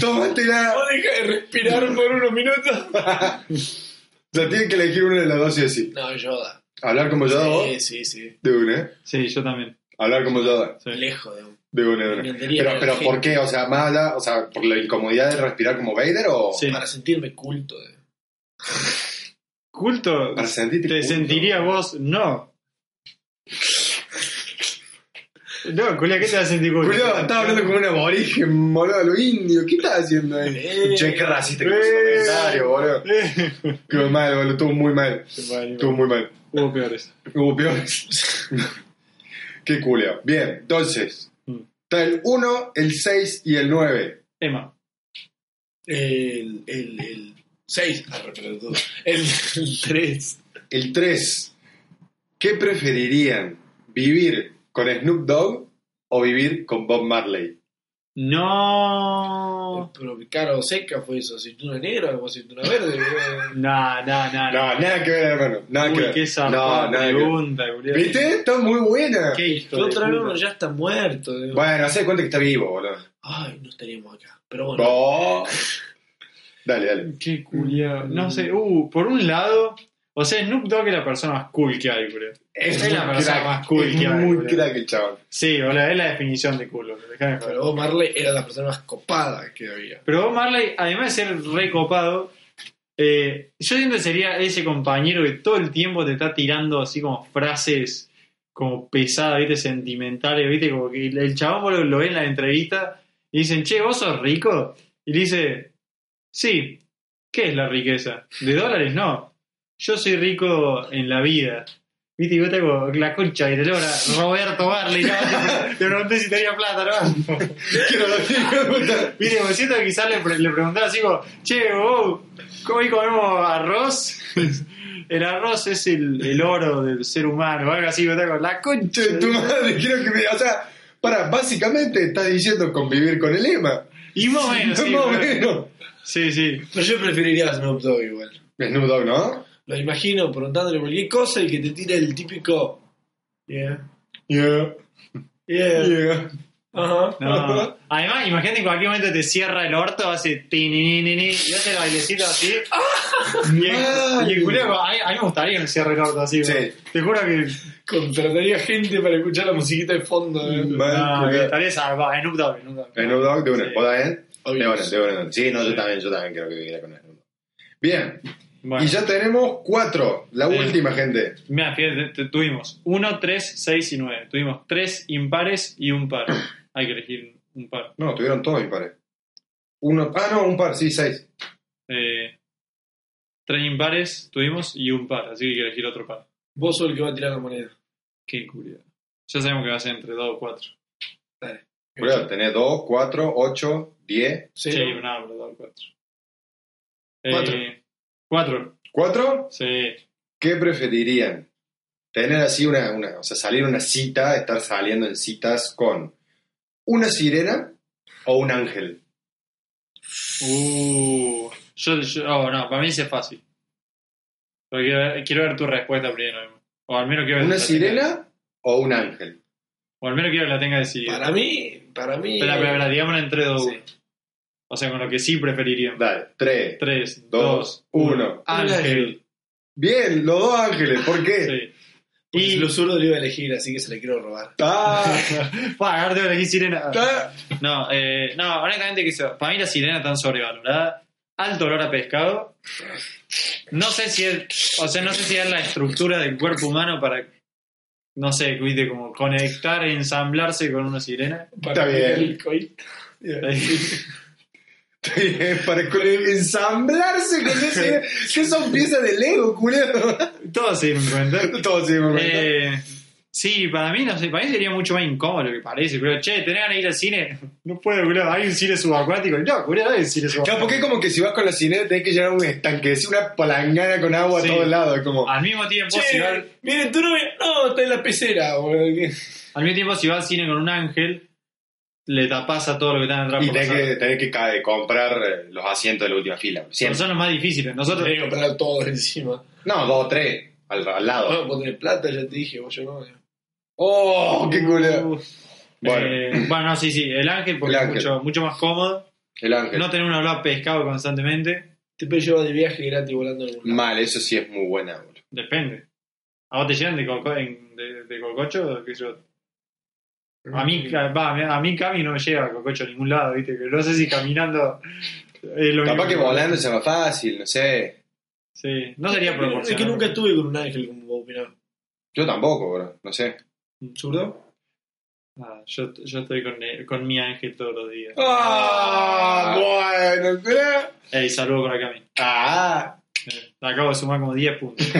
Speaker 3: Tómatela.
Speaker 2: No deja de respirar por unos minutos.
Speaker 3: O sea, tienen que elegir una de las dos y así.
Speaker 2: No, Yoda.
Speaker 3: Hablar como Yoda o
Speaker 2: Sí, sí, sí.
Speaker 3: de una, ¿eh?
Speaker 1: Sí, yo también.
Speaker 3: Hablar como Yoda
Speaker 1: sí.
Speaker 2: Lejos de un.
Speaker 3: de una, de una.
Speaker 2: entendería
Speaker 3: Pero,
Speaker 2: la
Speaker 3: pero
Speaker 2: gente.
Speaker 3: ¿por qué? O sea, más allá, o sea, por la incomodidad de respirar como Vader o
Speaker 1: Sí.
Speaker 2: Para sentirme culto. de-
Speaker 1: Culto,
Speaker 3: para sentirte.
Speaker 1: te
Speaker 3: culto?
Speaker 1: sentiría vos, no. No, Julia, ¿qué te vas a sentir culto?
Speaker 3: Julio, estaba hablando como un aborigen, boludo, a lo indio. ¿Qué estás haciendo ahí?
Speaker 2: Eh.
Speaker 3: che, qué racista que fue ese
Speaker 1: Eh.
Speaker 3: comentario, boludo. Qué mal, boludo, estuvo muy mal. Estuvo muy mal.
Speaker 1: Hubo peores.
Speaker 3: Hubo peores. Qué culo. Bien, entonces.
Speaker 1: Mm.
Speaker 3: Está el 1, el 6 y el 9.
Speaker 1: Emma.
Speaker 2: El. El. El. 6. El 3.
Speaker 3: El 3. ¿Qué preferirían? ¿Vivir con Snoop Dogg o vivir con Bob Marley?
Speaker 1: No.
Speaker 2: Pero caro seca fue eso. Aceituna negra o aceituna verde.
Speaker 1: Nah, nah, nah. nah.
Speaker 3: No, nada que ver, hermano. Nada que
Speaker 1: Uy,
Speaker 3: ver.
Speaker 1: qué zarpada
Speaker 3: no, nada que ver.
Speaker 1: pregunta, Julia.
Speaker 3: ¿Viste? Está muy buena.
Speaker 1: Qué hijo
Speaker 2: El
Speaker 1: de
Speaker 2: otro
Speaker 1: puta.
Speaker 2: alumno ya está muerto. de-
Speaker 3: Bueno, hace cuenta que está vivo, boludo.
Speaker 2: Ay, no estaríamos acá. Pero bueno.
Speaker 3: No. Dale, dale.
Speaker 1: Qué culiao. No sé, uh, por un lado, o sea, Snoop Dogg es la persona más cool que hay, boludo. Es la
Speaker 3: muy
Speaker 1: persona
Speaker 3: crack,
Speaker 1: más cool
Speaker 3: es
Speaker 1: que hay,
Speaker 3: muy
Speaker 1: boludo.
Speaker 3: crack el chaval.
Speaker 1: Sí, boludo, es la definición de cool, boludo. Dejame joder.
Speaker 2: Pero Bob Marley era la persona más copada que había.
Speaker 1: Pero Bob Marley, además de ser recopado, eh, yo siento que sería ese compañero que todo el tiempo te está tirando así como frases como pesadas, ¿viste? sentimentales, ¿viste? Como que el chabón boludo, lo ve en la entrevista y dicen, che, ¿vos sos rico? Y le dice, sí, ¿qué es la riqueza? ¿De dólares? No. Yo soy rico en la vida. ¿Viste? Y vos te como, la concha que te logra Roberto Marley. ¿no? Te pregunté si tenía plata, ¿no? Viste, me siento que quizás le, pre- le preguntaba así como, che, wow, ¿cómo hoy comemos arroz? El arroz es el, el oro del ser humano, o algo así, ¿verdad? Con la concha
Speaker 3: Che,
Speaker 1: de
Speaker 3: tu
Speaker 1: tu-
Speaker 3: madre, quiero que me. O sea, para, básicamente estás diciendo convivir con el EMA.
Speaker 1: Y más o menos, sí,
Speaker 3: Más o
Speaker 1: bueno.
Speaker 3: menos.
Speaker 1: sí, sí.
Speaker 2: Pero yo preferiría a Snoop Dogg igual.
Speaker 3: Snoop Dogg, ¿no?
Speaker 2: Lo imagino preguntándole cualquier cosa y que te tira el típico. Yeah.
Speaker 3: Yeah.
Speaker 2: Yeah.
Speaker 3: Yeah.
Speaker 2: Ajá.
Speaker 1: No. Además, imagínate que en cualquier momento te cierra el orto, hace tininini, y hace el bailecito así. Y el, y el culiao, a, mí, a mí me gustaría que me cierre el orto así.
Speaker 3: Sí.
Speaker 1: bro. Te juro que
Speaker 2: Contrataría gente para escuchar la musiquita de fondo. ¿eh?
Speaker 1: Mm.
Speaker 3: Mal
Speaker 1: no, que
Speaker 3: culiao.
Speaker 1: estaría salvado. En Snoop Dogg, Snoop Dogg.
Speaker 3: Snoop Dogg, de una.
Speaker 1: Sí.
Speaker 3: ¿Vos también? De
Speaker 2: Obvio.
Speaker 3: una, de una, de una. Sí, no, yo
Speaker 1: Sí.
Speaker 3: también, yo también quiero que viviera con Snoop Dogg. Bien,
Speaker 1: Bueno.
Speaker 3: y ya tenemos cuatro. La
Speaker 1: Sí.
Speaker 3: última, gente.
Speaker 1: Mira, fíjate, te- tuvimos 1, 3, 6 y 9. Tuvimos 3 impares y un par. Hay que elegir un par.
Speaker 3: No, tuvieron todos impares. Uno, ah, no, un par, sí, seis.
Speaker 1: Eh, 3 impares tuvimos y un par, así que hay que elegir otro par.
Speaker 2: Vos sos el que va a tirar la moneda.
Speaker 1: Qué curiosidad. Ya sabemos que va a ser entre 2 o 4.
Speaker 3: Boludo, tenés dos, cuatro, ocho, diez.
Speaker 1: Sí,
Speaker 2: ¿Sí?
Speaker 1: pero nada, pero 2 o 4.
Speaker 3: Cuatro.
Speaker 1: 4.
Speaker 3: ¿Cuatro?
Speaker 1: Sí.
Speaker 3: ¿Qué preferirían? Tener así una, una, o sea, salir a una cita, estar saliendo en citas con una sirena o un ángel.
Speaker 1: Uh, yo, yo- oh, no, para mí ese es fácil. Pero quiero ver, quiero ver tu respuesta primero. O al menos quiero que
Speaker 3: ¿Una
Speaker 1: la tenga-
Speaker 3: sirena o un ángel?
Speaker 1: O al menos quiero que la tenga decidida.
Speaker 2: Para mí, para mí.
Speaker 1: Espera, espera, espera, digámoslo en 3, 2,
Speaker 2: Sí.
Speaker 1: 1. O sea, con lo que sí preferiría.
Speaker 3: Dale, tres.
Speaker 1: 3,
Speaker 3: Dos,
Speaker 1: 2,
Speaker 3: uno.
Speaker 1: 1.
Speaker 2: Ah,
Speaker 1: Ángel.
Speaker 3: Bien, los dos ángeles, ¿por qué?
Speaker 1: Sí.
Speaker 2: Y
Speaker 1: Y.
Speaker 2: lo zurdo lo iba a elegir, así que se le quiero robar.
Speaker 3: Ah,
Speaker 1: Para agarrarte de aquí, sirena.
Speaker 3: ah.
Speaker 1: No, eh, no, honestamente, que se- para mí la sirena tan sobrevalorada. alto olor a pescado. No sé si es, o sea, no sé si es la estructura del cuerpo humano para, no sé, viste, como conectar, ensamblarse con una sirena.
Speaker 2: Para
Speaker 3: Está bien.
Speaker 2: el coito.
Speaker 3: Para con- ensamblarse con ese. ¿Qué son piezas de Lego, culero?
Speaker 1: Todos se dieron cuenta.
Speaker 3: Todo se me cuenta.
Speaker 1: Eh, sí, para mí, no sé, para mí sería mucho más incómodo lo que parece. Pero, che, ¿tenés ganas de ir al cine? No puedo, boludo, hay un cine subacuático. No, boludo, hay un cine
Speaker 3: Claro,
Speaker 1: subacuático.
Speaker 3: porque es como que si vas con los cines tenés que llevar un estanque, es una palangana con agua
Speaker 1: Sí. Ah,
Speaker 3: a todos lados, es como.
Speaker 1: Al mismo tiempo, si va,
Speaker 2: Che, miren tu novia. No, está en la pecera, boludo. ¿Qué?
Speaker 1: al mismo tiempo, si va al cine con un ángel, le tapás a todo lo que están atrás.
Speaker 3: Y
Speaker 1: por
Speaker 3: tenés
Speaker 1: pasar.
Speaker 3: que, tenés que ca- comprar eh, los asientos de la última fila.
Speaker 1: Pero
Speaker 3: Siempre.
Speaker 1: son los más difíciles. Nosotros,
Speaker 2: Tenés que comprar todo encima.
Speaker 3: No, dos o tres al, al lado.
Speaker 1: Oh.
Speaker 2: Bueno, vos tenés plata, ya te dije, vos yo no.
Speaker 3: ¡Oh, qué culero!
Speaker 1: Uh,
Speaker 3: Bueno.
Speaker 1: eh, bueno, no, sí, sí, el ángel porque es
Speaker 3: El ángel.
Speaker 1: mucho, mucho más cómodo.
Speaker 3: El ángel.
Speaker 1: No tener un olor a pescado constantemente,
Speaker 2: Te puedes llevar de viaje gratis volando en algún lado.
Speaker 3: Mal, eso sí es muy buena, boludo.
Speaker 1: depende. ¿A vos te llenan de, colco- en- de, de colcocho? ¿Qué sé yo? A mí, ca- va, a mí- a mí Cami no me llega a cococho a ningún lado, ¿viste? Que no sé si caminando es lo
Speaker 3: Capaz
Speaker 1: mismo.
Speaker 3: que volando sea más fácil, no sé.
Speaker 1: Sí, no sería proporcional.
Speaker 2: Es que nunca estuve con un ángel como vos, mirá.
Speaker 3: Yo tampoco, bro, no sé.
Speaker 2: ¿Zurdo?
Speaker 1: Ah, yo, yo estoy con, eh, con mi ángel todos los días.
Speaker 3: ¡Ah! bueno, ¿será?
Speaker 1: Ey, saludo para Cami.
Speaker 3: ¡Ah!
Speaker 1: Eh, Acabo de sumar como 10 puntos.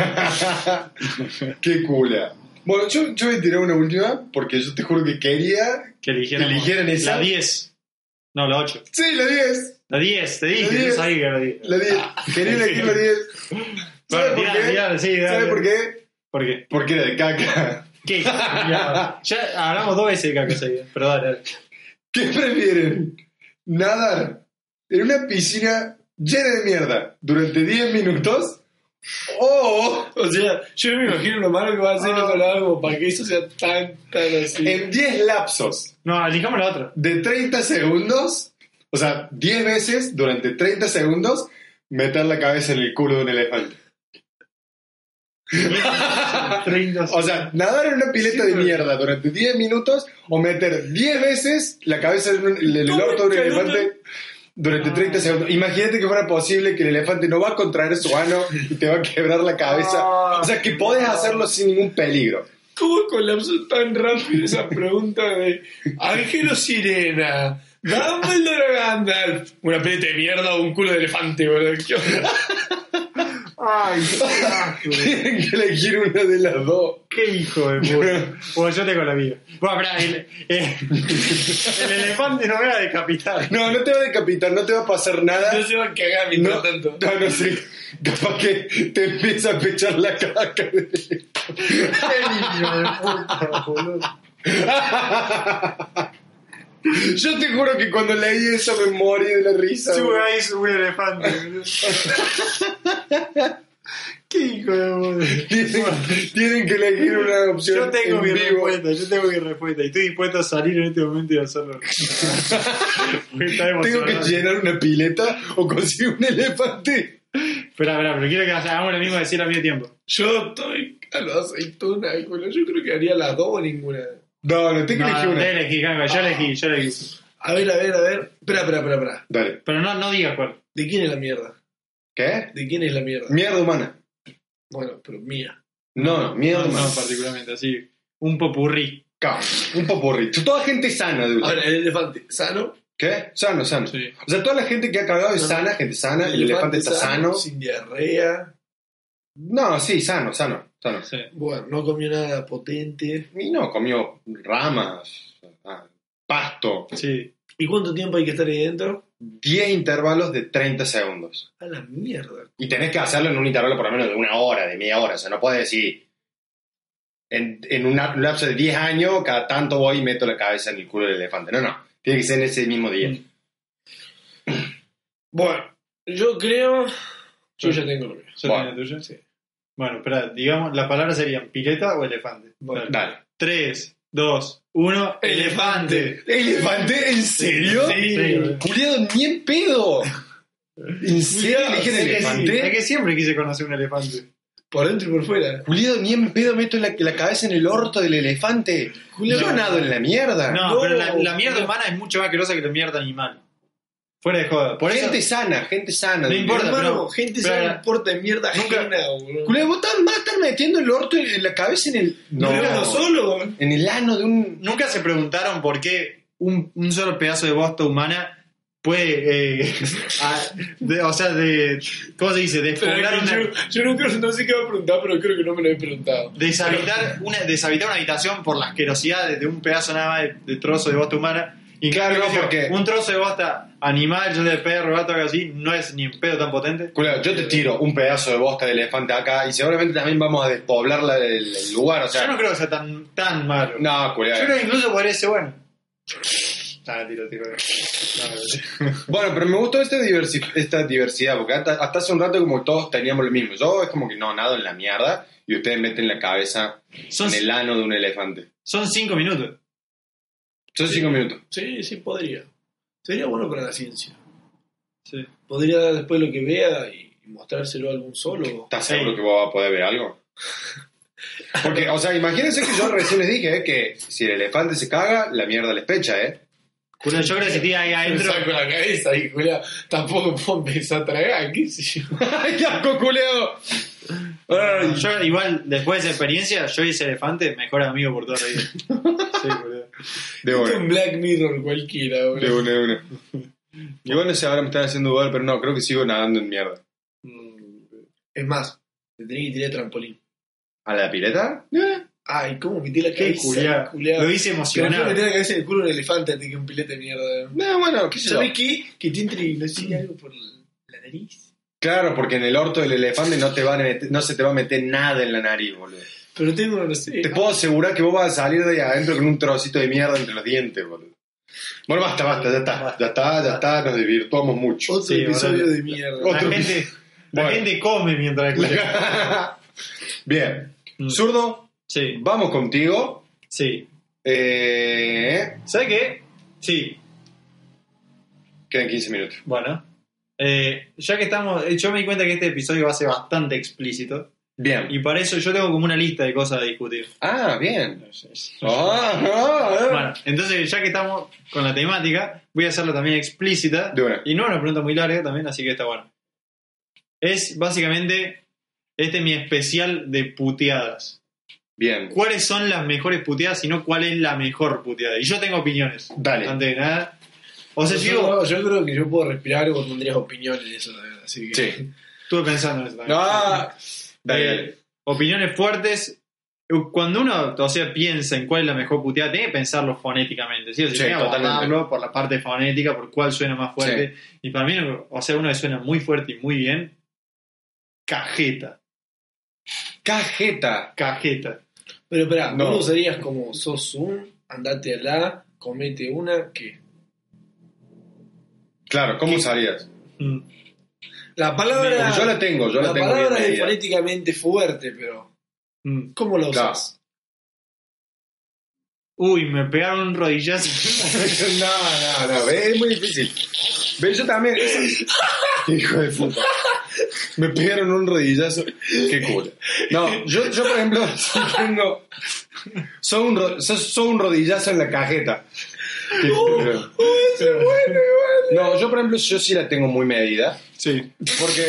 Speaker 3: ¡Qué cula! Bueno, yo, yo voy a tirar una última porque yo te juro que quería.
Speaker 1: Que eligieran,
Speaker 3: Eligieran esa.
Speaker 1: La 10. No, la 8.
Speaker 3: ¡Sí, la 10!
Speaker 1: La 10, te dije,
Speaker 3: La
Speaker 1: yo
Speaker 3: 10.
Speaker 1: sabía que era la 10.
Speaker 3: La 10. Quería elegir la 10. ¿Sabe
Speaker 1: Bueno,
Speaker 3: por
Speaker 1: tirá,
Speaker 3: qué?
Speaker 1: tirá, sí, dale.
Speaker 3: ¿Sabe por qué?
Speaker 1: ¿Por qué?
Speaker 3: Porque era de caca.
Speaker 1: ¿Qué? ya hablamos dos veces de caca ese día, pero dale, dale.
Speaker 3: ¿Qué prefieren? ¿Nadar en una piscina llena de mierda durante 10 minutos? ¿O
Speaker 2: O sea, yo me imagino lo malo que va a hacer con la como para que eso sea tan, tan así.
Speaker 3: en 10 lapsos
Speaker 1: No, elijamos la otra.
Speaker 3: de 30 segundos? O sea, 10 veces durante 30 segundos meter la cabeza en el culo de un elefante.
Speaker 1: 30.
Speaker 3: Ah. O sea, nadar en una pileta de
Speaker 1: pero-
Speaker 3: mierda durante 10 minutos o meter 10 veces la cabeza en, un- en el
Speaker 2: No,
Speaker 3: orto de un
Speaker 2: que no,
Speaker 3: elefante durante
Speaker 1: Ah.
Speaker 3: 30 segundos. Imagínate que fuera posible que el elefante no va a contraer su ano y te va a quebrar la cabeza.
Speaker 1: Ah.
Speaker 3: o sea, que podés hacerlo sin ningún peligro.
Speaker 2: ¿Cómo colapsó tan rápido esa pregunta de Ángel o Sirena? Dumbledore o Gandalf. Una peleta de mierda o un culo de elefante, boludo. ¿Qué onda?
Speaker 1: Ay,
Speaker 3: Tienen que elegir una de las dos.
Speaker 1: qué hijo de puta. Bueno, yo tengo la mía. Bueno, pará, el, eh, el elefante no era decapitado.
Speaker 3: No, no te va a decapitar, no te va a pasar nada.
Speaker 2: No se va a cagar mientras
Speaker 3: No,
Speaker 2: tanto.
Speaker 3: no, no sé. Capaz que te empieza a pechar la caca.
Speaker 1: Qué hijo de puta, boludo.
Speaker 3: Yo te juro que cuando leí eso me morí de la risa.
Speaker 1: Sí,
Speaker 3: boludo.
Speaker 1: güey, ahí sube el elefante, boludo. Qué hijo de puta.
Speaker 3: Tienen, tienen que elegir una opción
Speaker 1: Yo tengo
Speaker 3: en
Speaker 1: mi
Speaker 3: vivo.
Speaker 1: respuesta, yo tengo mi respuesta. Y estoy dispuesto a salir en este momento y hacerlo. Porque está
Speaker 3: Tengo que
Speaker 1: emocionado.
Speaker 3: llenar una pileta o conseguir un elefante.
Speaker 1: Espera, espera, pero quiero que hagamos lo mismo de decir al mismo tiempo.
Speaker 2: Yo estoy a la aceituna, boludo. Yo creo que haría las dos o ninguna.
Speaker 3: No, no, tengo
Speaker 1: No,
Speaker 3: que elegir
Speaker 1: no,
Speaker 3: una.
Speaker 1: te elegí, Ganga, yo elegí, yo elegí.
Speaker 2: A ver, a ver, a ver. Espera, espera, espera, espera.
Speaker 3: Dale.
Speaker 1: Pero no, no digas cuál.
Speaker 2: ¿De quién es la mierda?
Speaker 3: ¿Qué?
Speaker 2: ¿De quién es la mierda?
Speaker 3: Mierda humana.
Speaker 2: Bueno, pero mía.
Speaker 3: No, mierda
Speaker 1: No,
Speaker 3: humana.
Speaker 1: no, particularmente, así. Un popurrí.
Speaker 3: Ca- Un popurrí. Toda gente sana, de
Speaker 2: Ahora, el elefante, ¿sano?
Speaker 3: ¿Qué? Sano, sano.
Speaker 1: Sí.
Speaker 3: O sea, toda la gente que ha cagado es
Speaker 2: No, no.
Speaker 3: sana, gente sana. El, elefante, está sano.
Speaker 2: Sin diarrea.
Speaker 3: No, sí, sano, sano, sano.
Speaker 1: sí.
Speaker 2: Bueno, no comió nada potente.
Speaker 3: Y no, comió ramas, ah, pasto.
Speaker 1: Sí.
Speaker 2: ¿Y cuánto tiempo hay que estar ahí dentro?
Speaker 3: 10 intervalos de 30 segundos.
Speaker 2: A la mierda.
Speaker 3: Y tenés que hacerlo en un intervalo por lo menos de una hora, de media hora. O sea, no puedes decir. En, en una- un lapso de 10 años, cada tanto voy y meto la cabeza en el culo del elefante. No, no. Tiene que ser en ese mismo día.
Speaker 1: Mm.
Speaker 2: Bueno, yo creo. Yo ya tengo lo mío.
Speaker 1: ¿Yo
Speaker 3: Bueno,
Speaker 1: tenía tuyo? Bueno, espera, digamos, la palabra serían pileta o elefante.
Speaker 2: Bueno.
Speaker 1: Dale.
Speaker 3: Dale.
Speaker 1: 3, 2, 1.
Speaker 2: Elefante.
Speaker 3: ¿Elefante? ¿En serio?
Speaker 1: Sí.
Speaker 3: Culiado, ni en pedo. ¿En serio
Speaker 2: Culiado,
Speaker 3: eligen
Speaker 2: sé que
Speaker 3: elefante?
Speaker 1: Es que siempre quise conocer un elefante.
Speaker 2: Por dentro y por fuera.
Speaker 3: Culiado, ni en pedo meto la, la cabeza en el orto del elefante.
Speaker 2: Culiado.
Speaker 3: Yo nado en la mierda.
Speaker 1: No,
Speaker 2: No.
Speaker 1: pero la, la mierda humana es mucho más asquerosa que la mierda animal. Fuera de joda. Por
Speaker 3: gente
Speaker 1: eso,
Speaker 3: sana, gente sana.
Speaker 1: No
Speaker 3: Mi
Speaker 1: importa,
Speaker 3: hermano,
Speaker 1: pero-
Speaker 2: gente
Speaker 1: pero-
Speaker 2: se no importa de mierda
Speaker 1: Nunca-
Speaker 2: ajena, boludo.
Speaker 3: Culé, vos estás- vas a estar metiendo el orto en la cabeza en el.
Speaker 1: No.
Speaker 2: Culero solo, boludo.
Speaker 3: En el ano de un.
Speaker 1: nunca se preguntaron por qué un, un solo pedazo de bosta humana puede, eh, a- de- o sea, de, ¿cómo se dice? Despoblar una,
Speaker 2: Yo, yo nunca, no sé qué va a preguntar, pero creo que no me lo he preguntado.
Speaker 1: deshabitar una, deshabitar una habitación por las asquerosidades de un pedazo nada más de, de trozo de bosta humana. Y
Speaker 3: Claro,
Speaker 1: claro,
Speaker 3: porque-
Speaker 1: un trozo de bosta animal, yo de perro, gato, algo así, no es ni en pedo tan potente.
Speaker 3: Culé, yo te tiro un pedazo de bosta de elefante acá y seguramente también vamos a despoblar la- el, el lugar, o sea.
Speaker 1: Yo no creo que sea tan, tan malo.
Speaker 3: No, culé.
Speaker 1: Yo creo que incluso podría ser bueno. Ah, tiro, tiro. No, no, no.
Speaker 3: Bueno, pero me gustó esta, diversi- esta diversidad, porque hasta, hasta hace un rato como que todos teníamos lo mismo. Yo es como que no, nada en la mierda y ustedes meten la cabeza
Speaker 1: Son,
Speaker 3: en el ano de un elefante.
Speaker 1: son cinco minutos.
Speaker 3: Son
Speaker 2: Sí.
Speaker 3: cinco minutos.
Speaker 2: Sí, sí, podría. Sería bueno para la ciencia.
Speaker 1: Sí.
Speaker 2: Podría dar después lo que vea y mostrárselo a algún solo.
Speaker 3: ¿Estás seguro
Speaker 1: Sí.
Speaker 3: que vos vas a poder ver algo? Porque, o sea, imagínense que yo recién les dije eh, que si el elefante se caga, la mierda les pecha, ¿eh?
Speaker 1: Culo, yo creo que si tiene ahí adentro.
Speaker 2: Pensá con la cabeza y Julia, tampoco puedo empezar a tragar, qué sé yo.
Speaker 3: ¡Ay, qué asco, culeo! Ay,
Speaker 1: Yo, igual, después de esa experiencia, yo hice elefante, mejor amigo por toda la vida. Sí, boludo.
Speaker 3: De
Speaker 2: Es
Speaker 3: una,
Speaker 2: un Black Mirror cualquiera,
Speaker 3: de
Speaker 2: boludo.
Speaker 3: una, de una. Igual no sé, ahora me están haciendo dudar, pero no, creo que sigo nadando en mierda.
Speaker 2: Mm, Es más, te tenía que tirar trampolín.
Speaker 3: ¿A la pileta?
Speaker 2: Ay, ¿cómo metí la
Speaker 1: Qué
Speaker 2: cabeza?
Speaker 1: culiado. Lo hice
Speaker 2: Prefiero
Speaker 1: emocionado.
Speaker 2: meter la cabeza en el culo de un elefante antes que un pilete de mierda.
Speaker 3: No, bueno, qué sé yo.
Speaker 2: ¿Sabes qué? Que te entre, no sé, algo por la nariz.
Speaker 3: Claro, porque en el orto del elefante no, te van a meter- no se te va a meter nada en la nariz, boludo.
Speaker 2: Pero tengo, no sé.
Speaker 3: Te puedo asegurar que vos vas a salir de ahí adentro con un trocito de mierda entre los dientes, boludo. Bueno, basta, basta, ya está, ya está, ya está, nos desvirtuamos mucho.
Speaker 2: Otro
Speaker 1: Sí,
Speaker 2: episodio
Speaker 1: ahora-
Speaker 2: de mierda.
Speaker 1: La
Speaker 3: Otro-
Speaker 1: gente, la
Speaker 3: Bueno.
Speaker 1: gente come mientras escucha.
Speaker 3: Bien,
Speaker 1: Mm.
Speaker 3: zurdo,
Speaker 1: Sí,
Speaker 3: vamos contigo.
Speaker 1: sí.
Speaker 3: Eh,
Speaker 1: ¿Sabes qué? Sí,
Speaker 3: quedan 15 minutos.
Speaker 1: bueno. Eh, ya que estamos. eh, Yo me di cuenta que este episodio va a ser bastante explícito.
Speaker 3: Bien.
Speaker 1: Y para eso yo tengo como una lista de cosas a discutir.
Speaker 3: Ah, bien. Ah, ah, ah.
Speaker 1: Bueno, entonces ya que estamos con la temática, voy a hacerla también explícita.
Speaker 3: De una.
Speaker 1: Y no es una pregunta muy larga también, así que está bueno. Es básicamente, este es mi especial de puteadas.
Speaker 3: Bien.
Speaker 1: ¿Cuáles son las mejores puteadas y no cuál es la mejor puteada? Y yo tengo opiniones.
Speaker 3: Dale.
Speaker 1: Antes de nada. O sea,
Speaker 2: Yo,
Speaker 1: yo digo-
Speaker 2: yo creo que yo puedo respirar vos tendrías opiniones de eso, la verdad, así que...
Speaker 3: Sí.
Speaker 1: estuve pensando en eso también.
Speaker 3: Ah, dale,
Speaker 1: Eh,
Speaker 3: dale.
Speaker 1: opiniones fuertes. Eh, Cuando uno, o sea, piensa en cuál es la mejor puteada, tiene que pensarlo fonéticamente, ¿sí? O sea,
Speaker 3: Sí,
Speaker 1: tiene que
Speaker 3: totalmente.
Speaker 1: abordarlo por la parte fonética, por cuál suena más fuerte. Y para mí, o sea, uno que suena muy fuerte y muy bien, cajeta,
Speaker 3: Cajeta.
Speaker 1: cajeta.
Speaker 2: Pero espera,
Speaker 3: No.
Speaker 2: no. ¿vos usarías como sos un, andate a la, comete una, que...
Speaker 3: Claro, ¿cómo
Speaker 1: ¿Qué?
Speaker 3: usarías?
Speaker 1: Mm.
Speaker 2: La palabra...
Speaker 3: Yo la tengo, yo la,
Speaker 2: la
Speaker 3: tengo. bien
Speaker 2: palabra es
Speaker 3: medida.
Speaker 2: fonéticamente fuerte, pero...
Speaker 1: Mm.
Speaker 2: ¿Cómo la
Speaker 3: Claro.
Speaker 2: usas?
Speaker 1: Uy, me pegaron un rodillazo.
Speaker 3: no, no, no, es muy difícil. Ve, yo también. Hijo de puta. Me pegaron un rodillazo. Qué cool. No, yo, yo por ejemplo, tengo. Soy un, ro- so- soy un rodillazo en la cajeta. Qué culero. No, yo por ejemplo, yo sí la tengo muy medida.
Speaker 1: sí.
Speaker 3: Porque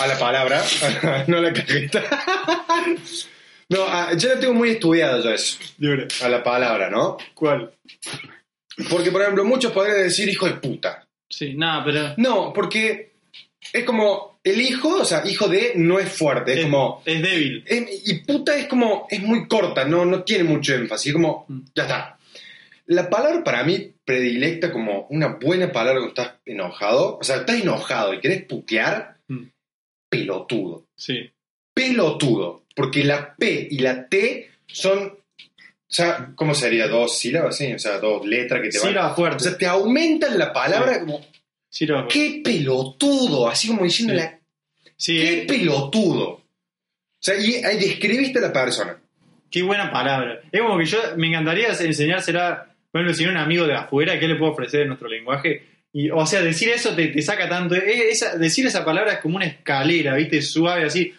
Speaker 3: a la palabra, no a la cajeta. No, a- yo la tengo muy estudiada yo eso.
Speaker 1: Libre.
Speaker 3: A la palabra, ¿no?
Speaker 1: ¿Cuál?
Speaker 3: Porque, por ejemplo, muchos podrían decir hijo de puta.
Speaker 1: Sí, nada, pero.
Speaker 3: No, porque es como el hijo, o sea, hijo de no es fuerte, es, como.
Speaker 1: es débil.
Speaker 3: es- y puta es como. es muy corta, no, no tiene mucho énfasis, es como.
Speaker 1: Mm.
Speaker 3: ya está. La palabra para mí predilecta como una buena palabra cuando estás enojado, o sea, estás enojado y querés putear,
Speaker 1: Mm.
Speaker 3: pelotudo.
Speaker 1: Sí.
Speaker 3: Pelotudo. Porque la P y la T son. O sea, ¿cómo sería? Dos sílabas, sí, o sea, dos letras que te van.
Speaker 1: Sílaba
Speaker 3: O
Speaker 1: fuerte.
Speaker 3: sea, te aumentan la palabra como
Speaker 1: Sílaba fuerte.
Speaker 3: ¡Qué pelotudo! Así como diciendo, la-
Speaker 1: Sí,
Speaker 3: ¡qué
Speaker 1: eh,
Speaker 3: pelotudo! O sea, y ahí describiste a la persona.
Speaker 1: Qué buena palabra. Es como que yo me encantaría enseñársela, bueno, si a un amigo de afuera, ¿qué le puedo ofrecer en nuestro lenguaje? Y, o sea, decir eso te, te saca tanto. Es- esa- decir esa palabra es como una escalera, ¿viste? Suave, así,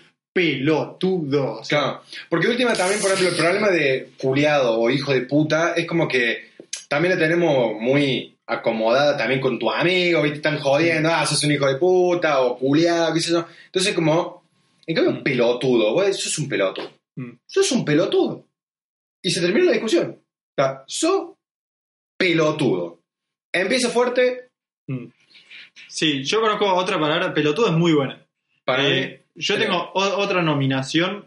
Speaker 1: pelotudo. O sea,
Speaker 3: Claro. Porque última también, por ejemplo, el problema de culiado o hijo de puta es como que también la tenemos muy acomodada también con tu amigo, ¿viste? Están jodiendo, ah, sos un hijo de puta, o culiado, qué sé yo. Entonces, como, en cambio, un pelotudo, vos sos un pelotudo.
Speaker 1: Mm.
Speaker 3: Sos un pelotudo. Y se terminó la discusión. O sea, sos pelotudo. Empieza fuerte,
Speaker 1: Sí, yo conozco otra palabra, pelotudo es muy buena.
Speaker 3: para mí.
Speaker 1: Eh, yo
Speaker 3: pero-
Speaker 1: tengo o- otra nominación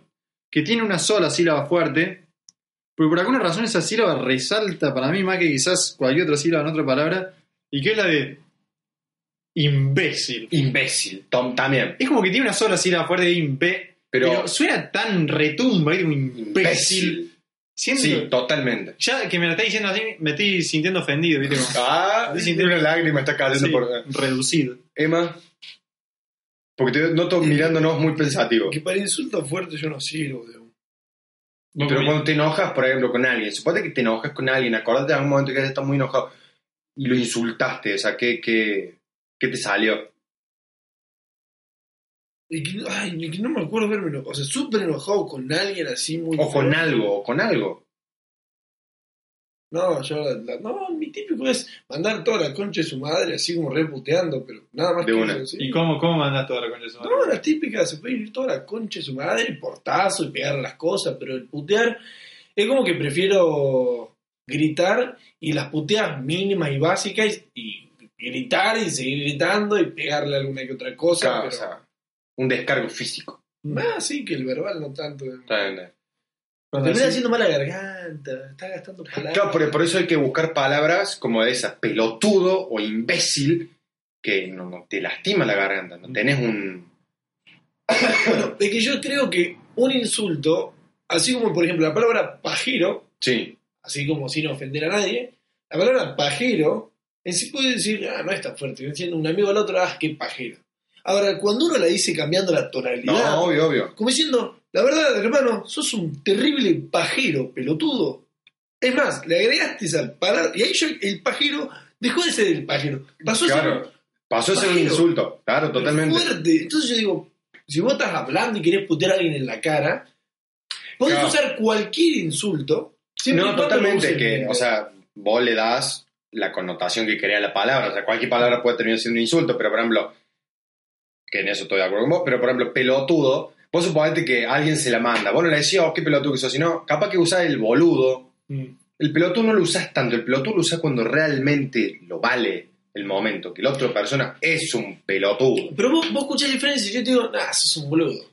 Speaker 1: que tiene una sola sílaba fuerte, pero por alguna razón esa sílaba resalta para mí más que quizás cualquier otra sílaba en otra palabra, y que es la de imbécil.
Speaker 3: Imbécil, Tom también.
Speaker 1: Es como que tiene una sola sílaba fuerte de imbe, pero,
Speaker 3: Pero,
Speaker 1: suena tan retumba, es un imbécil.
Speaker 3: imbécil.
Speaker 1: Siento,
Speaker 3: Sí, totalmente.
Speaker 1: ya que me la está diciendo así, me estoy sintiendo ofendido, ¿viste? Como-
Speaker 3: Ah,
Speaker 1: Sí,
Speaker 3: una lágrima está cayendo
Speaker 1: sí,
Speaker 3: por. eh,
Speaker 1: reducido.
Speaker 3: Emma, porque te noto mirándonos muy pensativo.
Speaker 2: Que para insultos fuertes yo no sirvo, digamos.
Speaker 3: Pero cuando te enojas, por ejemplo, con alguien, suponte que te enojas con alguien, acordate de algún momento que estás muy enojado y lo insultaste, o sea, ¿qué, qué, qué te salió?
Speaker 2: Y que, ay, y que no me acuerdo verme enojado. O sea, súper enojado con alguien así muy.
Speaker 3: O con
Speaker 2: feo.
Speaker 3: algo, o con algo.
Speaker 2: No, yo. la- no, mi típico es mandar toda la concha de su madre, así como reputeando, pero nada más
Speaker 3: De
Speaker 2: que
Speaker 3: una.
Speaker 2: eso, sí.
Speaker 1: ¿Y cómo, cómo mandas toda la concha de su madre?
Speaker 2: No, la típica, se puede ir toda la concha de su madre, portazo y pegar las cosas, pero el putear es como que prefiero gritar y las puteas mínimas y básicas y, y gritar y seguir gritando y pegarle alguna que otra
Speaker 3: O
Speaker 2: cosa.
Speaker 3: sea,
Speaker 2: pero,
Speaker 3: o sea, un descargo físico.
Speaker 2: Ah, sí, que el verbal no tanto.
Speaker 3: Está bien, está bien.
Speaker 1: Cuando
Speaker 2: Termina
Speaker 1: decís-
Speaker 2: haciendo mala garganta, está gastando palabras.
Speaker 3: Claro, por, por eso hay que buscar palabras como de esas, pelotudo o imbécil, que no, no te lastima la garganta, no tenés un...
Speaker 2: Bueno, es que yo creo que un insulto, así como por ejemplo la palabra pajero,
Speaker 3: Sí,
Speaker 2: así como sin ofender a nadie, la palabra pajero en sí puede decir, ah, no es tan fuerte, diciendo un amigo al otro, ah, qué pajero. Ahora, cuando uno la dice cambiando la
Speaker 3: no,
Speaker 2: tonalidad,
Speaker 3: obvio, obvio.
Speaker 2: como diciendo, la verdad, hermano, sos un terrible pajero, pelotudo. Es más, le agregaste esa palabra, y ahí yo, el pajero dejó de ser el pajero, pasó a ser
Speaker 3: Claro, pasó a ser un
Speaker 2: Pajero.
Speaker 3: insulto, claro, totalmente.
Speaker 2: fuerte. Entonces yo digo, si vos estás hablando y querés putear a alguien en la cara, podés
Speaker 3: Claro.
Speaker 2: usar cualquier insulto. siempre y
Speaker 3: No,
Speaker 2: cuando lo
Speaker 3: totalmente,
Speaker 2: uses
Speaker 3: que,
Speaker 2: bien.
Speaker 3: o sea, vos le das la connotación que quería la palabra, o sea, cualquier palabra puede terminar siendo un insulto, pero por ejemplo, que en eso estoy de acuerdo con vos, pero por ejemplo, pelotudo, vos suponete que alguien se la manda, vos no le decís, oh, qué pelotudo que sos, sino capaz que usás el boludo,
Speaker 1: Mm.
Speaker 3: el pelotudo no lo usás tanto, el pelotudo lo usás cuando realmente lo vale el momento, que la otra persona es un pelotudo.
Speaker 2: Pero vos, vos escuchás diferencia y yo te digo, nah, sos un boludo.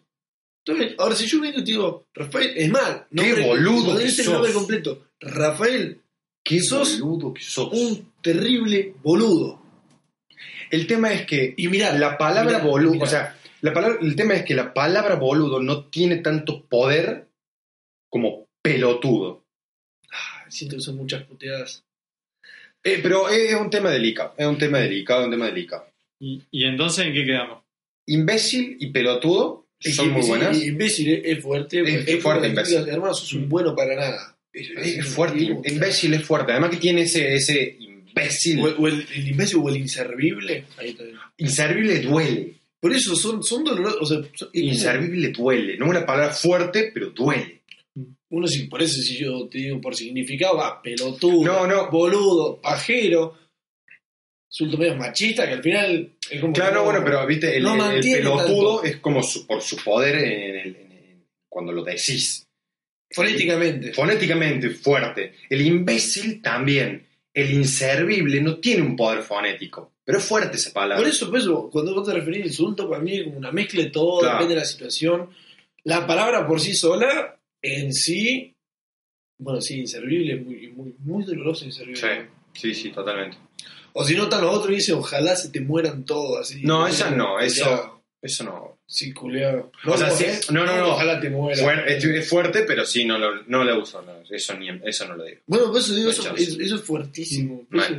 Speaker 2: Entonces, ahora si yo vengo y te digo, Rafael, es mal,
Speaker 3: boludo
Speaker 2: No
Speaker 3: que
Speaker 2: es el
Speaker 3: sos.
Speaker 2: nombre completo. Rafael,
Speaker 3: ¿Qué
Speaker 2: sos?
Speaker 3: boludo que sos?
Speaker 2: un terrible boludo.
Speaker 3: El tema es que
Speaker 2: Y mirá,
Speaker 3: La palabra
Speaker 2: mirá,
Speaker 3: boludo,
Speaker 2: mirá.
Speaker 3: o sea, la palabra, el tema es que la palabra boludo no tiene tanto poder como pelotudo.
Speaker 2: Ah, siento que son muchas puteadas.
Speaker 3: Eh, pero es, es un tema delicado, es un tema delicado, un tema delicado.
Speaker 1: ¿Y, y entonces en qué quedamos?
Speaker 3: Imbécil y pelotudo
Speaker 2: Es
Speaker 3: son
Speaker 2: que-
Speaker 3: muy
Speaker 2: sí,
Speaker 3: buenas.
Speaker 2: Imbécil es, es fuerte.
Speaker 3: Es
Speaker 2: porque
Speaker 3: fuerte,
Speaker 2: como
Speaker 3: imbécil.
Speaker 2: decir, Hermano, sos un
Speaker 1: Mm.
Speaker 2: bueno para nada. Es,
Speaker 3: Es,
Speaker 2: es
Speaker 3: fuerte,
Speaker 2: un tipo.
Speaker 3: imbécil es fuerte. Además que tiene ese, ese
Speaker 2: O,
Speaker 3: imbécil.
Speaker 2: o el, el imbécil o el inservible. Ahí también.
Speaker 3: Inservible duele.
Speaker 2: Por eso son, son dolorosos. O sea, son- es como-
Speaker 3: Inservible duele. No es una palabra fuerte, pero duele.
Speaker 2: Uno sí, por eso si yo te digo por significado, va, pelotudo,
Speaker 3: No, no.
Speaker 2: boludo, pajero, insulto medio machista, que al final es como que
Speaker 3: Claro,
Speaker 2: no-
Speaker 3: no, bueno, pero viste, el,
Speaker 2: no
Speaker 3: el- el
Speaker 2: mantiene
Speaker 3: pelotudo es como su- por su poder en el- en el- cuando lo decís.
Speaker 2: fonéticamente.
Speaker 3: fonéticamente fuerte. El imbécil también. El inservible no tiene un poder fonético. Pero es fuerte esa palabra.
Speaker 2: Por eso, por eso, cuando vos te referís a insulto, para mí es como una mezcla de todo,
Speaker 3: Claro.
Speaker 2: depende de la situación. La palabra por sí sola, en sí, bueno, sí, inservible, es muy, muy, muy doloroso inservible.
Speaker 3: sí, sí, totalmente.
Speaker 2: O si no, están los otros y dicen, ojalá se te mueran todos, así.
Speaker 3: No, esa no,
Speaker 2: Culeado.
Speaker 3: eso, eso no.
Speaker 2: Sí, culeado.
Speaker 3: O sea, sí,
Speaker 2: ¿eh?
Speaker 3: no, no, no.
Speaker 2: Ojalá te mueran.
Speaker 3: Fuer- es, es fuerte, pero sí, no lo, no lo uso. no, eso, ni, eso no lo digo.
Speaker 2: Bueno, por eso digo,
Speaker 3: No hay
Speaker 2: eso,
Speaker 3: chance.
Speaker 2: es- eso es fuertísimo.
Speaker 3: Mm,
Speaker 2: Eso-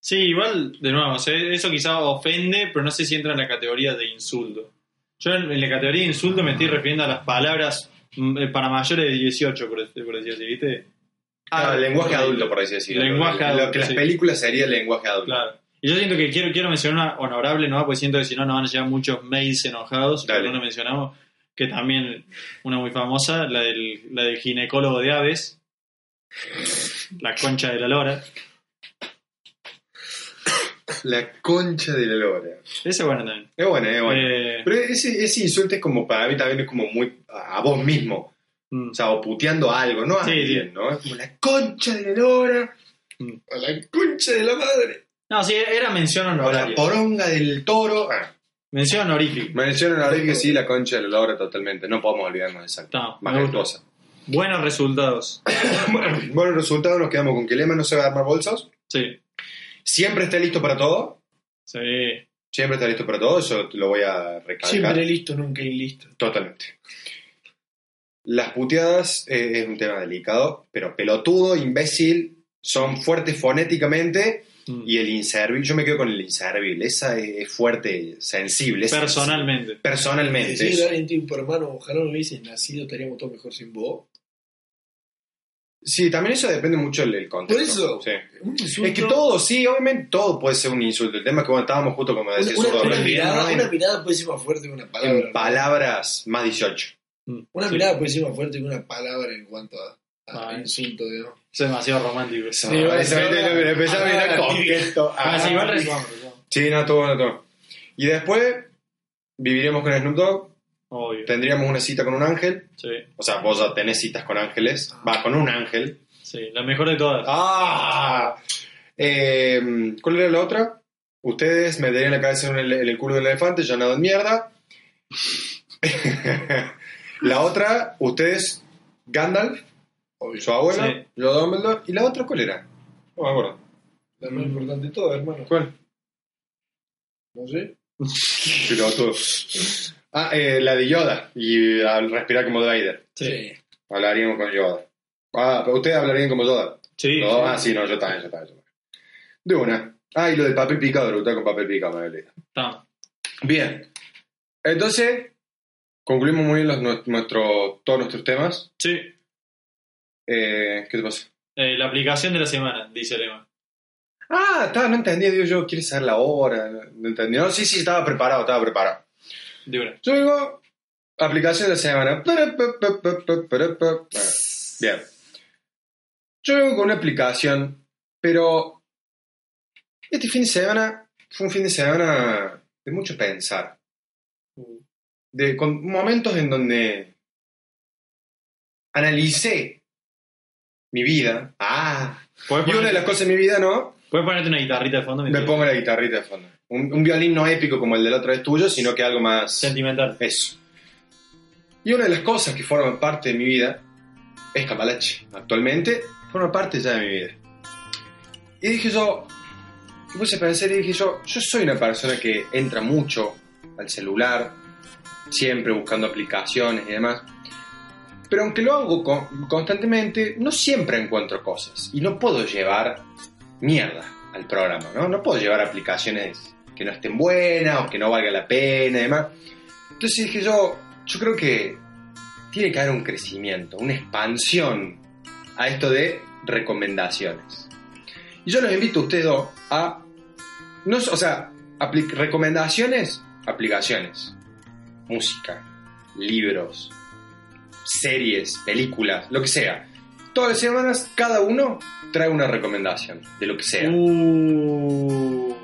Speaker 1: Sí, igual, de nuevo, o sea, eso quizá ofende, pero no sé si entra en la categoría de insulto. Yo en, en la categoría de insulto me estoy refiriendo a las palabras mm, eh, para mayores de 18, por, por decir así, ¿viste?
Speaker 3: Ah,
Speaker 1: Ah,
Speaker 3: el lenguaje
Speaker 1: ok.
Speaker 3: adulto, por así decirlo.
Speaker 1: Lenguaje
Speaker 3: lo,
Speaker 1: adulto,
Speaker 3: que las
Speaker 1: sí.
Speaker 3: películas sería el lenguaje adulto.
Speaker 1: Claro. Y yo siento que quiero, quiero mencionar una honorable, ¿no? Porque siento que si no nos van a llegar muchos mails enojados,
Speaker 3: Dale.
Speaker 1: pero no la mencionamos, que también una muy famosa, la del, la del ginecólogo de aves, la concha de la lora.
Speaker 3: La concha de la lora.
Speaker 1: Ese es bueno también.
Speaker 3: Es buena, es buena.
Speaker 1: Eh,
Speaker 3: Pero ese, ese insulto es como para mí también es como muy a a vos mismo.
Speaker 1: mm,
Speaker 3: O sea, o puteando algo, ¿no? A
Speaker 1: Sí, sí.
Speaker 3: alguien, ¿no? Es como la concha de la lora.
Speaker 1: Mm.
Speaker 3: A la concha de la madre.
Speaker 1: No, sí, era mención
Speaker 3: O la
Speaker 1: honoraria.
Speaker 3: poronga del toro. Ah,
Speaker 1: Mención honorífica.
Speaker 3: mencionan ahora que sí, la concha de la lora totalmente. No podemos olvidarnos de esa.
Speaker 1: No, me gusta.
Speaker 3: Majestuosa.
Speaker 1: Buenos resultados.
Speaker 3: Bueno, el resultado nos quedamos con que Lema no se va a armar bolsos.
Speaker 1: Sí,
Speaker 3: Siempre está listo para todo.
Speaker 1: sí.
Speaker 3: Siempre está listo para todo. Eso lo voy a recalcar.
Speaker 2: Siempre listo, nunca listo.
Speaker 3: Totalmente. Las puteadas eh, es un tema delicado, pero pelotudo, imbécil, son fuertes fonéticamente
Speaker 1: Mm.
Speaker 3: y el inservible, yo me quedo con el inservible, esa es, es fuerte, sensible. es-
Speaker 1: Personalmente.
Speaker 3: personalmente.
Speaker 2: Si
Speaker 3: eso.
Speaker 2: era en tiempo, hermano, ojalá no hubieses nacido, estaríamos todos mejor sin vos.
Speaker 3: Sí, también eso depende mucho del del contexto.
Speaker 2: eso.
Speaker 3: sí.
Speaker 2: Un insulto.
Speaker 3: Es que todo, sí, obviamente todo puede ser un insulto. El tema es que bueno, estábamos justo como
Speaker 2: Una,
Speaker 3: decía
Speaker 2: una-
Speaker 3: Zurdo
Speaker 2: una
Speaker 3: recién,
Speaker 2: mirada,
Speaker 3: ¿no?
Speaker 2: una mirada puede ser más fuerte que una
Speaker 3: en,
Speaker 2: palabra.
Speaker 3: en palabras más 18.
Speaker 1: Mm,
Speaker 2: Una
Speaker 1: sí.
Speaker 2: mirada puede ser más fuerte que una palabra en cuanto a, a
Speaker 1: Ah,
Speaker 2: insulto, digamos.
Speaker 1: Eso es demasiado romántico.
Speaker 3: Eso,
Speaker 2: Sí, bueno,
Speaker 3: eso,
Speaker 2: ahora-
Speaker 3: me empezaba a mirar
Speaker 2: ahora-
Speaker 3: coqueto.
Speaker 1: Ah, sí,
Speaker 3: Ah.
Speaker 1: igual recibamos, recibamos.
Speaker 3: Sí, no, todo, no, todo. Y después viviríamos con Snoop Dogg,
Speaker 1: Obvio.
Speaker 3: tendríamos una cita con un ángel.
Speaker 1: Sí,
Speaker 3: O sea, vos ya tenés citas con ángeles. Va, con un ángel.
Speaker 1: sí. La mejor de todas.
Speaker 3: ¡Ah! Eh, ¿Cuál era la otra? Ustedes me darían la cabeza en el, en el culo del elefante, yo nado en mierda. la otra, ustedes, Gandalf,
Speaker 2: Obvio.
Speaker 3: su abuelo,
Speaker 1: Sí.
Speaker 3: yo Dumbledore. ¿Y la otra cuál era? No me acuerdo.
Speaker 2: La más importante de todo, hermano.
Speaker 3: ¿Cuál?
Speaker 2: No sé.
Speaker 3: Piloto. Ah, eh, la de Yoda. Y al respirar como Drider.
Speaker 1: Sí.
Speaker 3: Hablaríamos con Yoda. Ah, pero ustedes hablarían como Yoda.
Speaker 1: Sí.
Speaker 3: No, ah, sí, no, yo también, yo también. yo también. De una. Ah, y lo del papel picado, lo gusta con papel picado, me olvidé.
Speaker 1: Está.
Speaker 3: Bien. Entonces, concluimos muy bien los, nues- nuestro- todos nuestros temas.
Speaker 1: Sí.
Speaker 3: Eh, ¿Qué te pasa?
Speaker 1: Eh, la aplicación de la semana, dice Lema.
Speaker 3: Ah, está, no entendí, digo yo, ¿quieres saber la hora? No entendí. No, sí, sí, estaba preparado, estaba preparado.
Speaker 1: De una.
Speaker 3: Yo digo, aplicación de la semana. Para, pa, pa, pa, pa, para, pa. Bueno, Bien. Yo vengo con una aplicación, pero este fin de semana fue un fin de semana de mucho pensar. De, con momentos en donde analicé mi vida. Ah,
Speaker 1: ¿Puedes
Speaker 3: y una de las cosas de mi vida, ¿no?
Speaker 1: ponerte una guitarrita de fondo?
Speaker 3: Me
Speaker 1: mientras-
Speaker 3: pongo la guitarrita de fondo. Un, un violín no épico como el de la otra vez tuyo, sino que algo más...
Speaker 1: Sentimental.
Speaker 3: Eso. Y una de las cosas que forman parte de mi vida es Cambalache. Actualmente forma parte ya de mi vida. Y dije yo, me puse a pensar y dije yo, yo soy una persona que entra mucho al celular, siempre buscando aplicaciones y demás. Pero aunque lo hago con- constantemente, no siempre encuentro cosas. Y no puedo llevar mierda al programa, ¿no? No puedo llevar aplicaciones que no estén buenas o que no valga la pena y demás. Entonces dije yo, yo creo que tiene que haber un crecimiento, una expansión a esto de recomendaciones. Y yo los invito a ustedes dos a, no, o sea, apli- recomendaciones, aplicaciones, música, libros, series, películas, lo que sea. Todas las semanas cada uno trae una recomendación de lo que sea.
Speaker 1: Uh,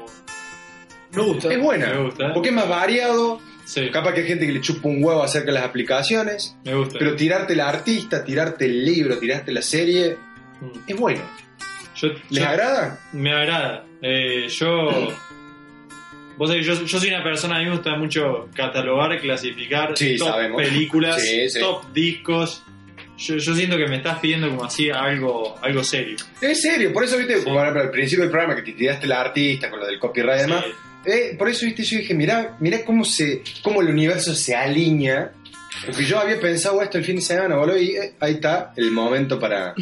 Speaker 2: Me gusta.
Speaker 3: es buena,
Speaker 1: me gusta. ¿eh?
Speaker 3: porque es más variado,
Speaker 1: Sí,
Speaker 3: capaz que hay gente que le chupa un huevo acerca de las aplicaciones.
Speaker 1: me gusta.
Speaker 3: Pero tirarte la artista, tirarte el libro, tirarte la serie,
Speaker 1: Mm.
Speaker 3: es bueno.
Speaker 1: Yo,
Speaker 3: ¿Les
Speaker 1: yo-
Speaker 3: agrada?
Speaker 1: me agrada. Eh, yo. Vos sabés, yo, yo soy una persona, a mí me gusta mucho catalogar, clasificar
Speaker 3: Sí,
Speaker 1: top
Speaker 3: sabemos.
Speaker 1: películas,
Speaker 3: Sí, sí.
Speaker 1: top discos. Yo, yo siento que me estás pidiendo como así algo, algo serio.
Speaker 3: Es serio, por eso, viste,
Speaker 1: Sí.
Speaker 3: como al principio del programa que te tiraste la artista con lo del copyright y demás,
Speaker 1: Sí.
Speaker 3: eh, por eso, viste, yo dije, mirá, mirá cómo, se, cómo el universo se alinea. Porque yo había pensado esto el fin de semana, boludo, y eh, ahí está el momento para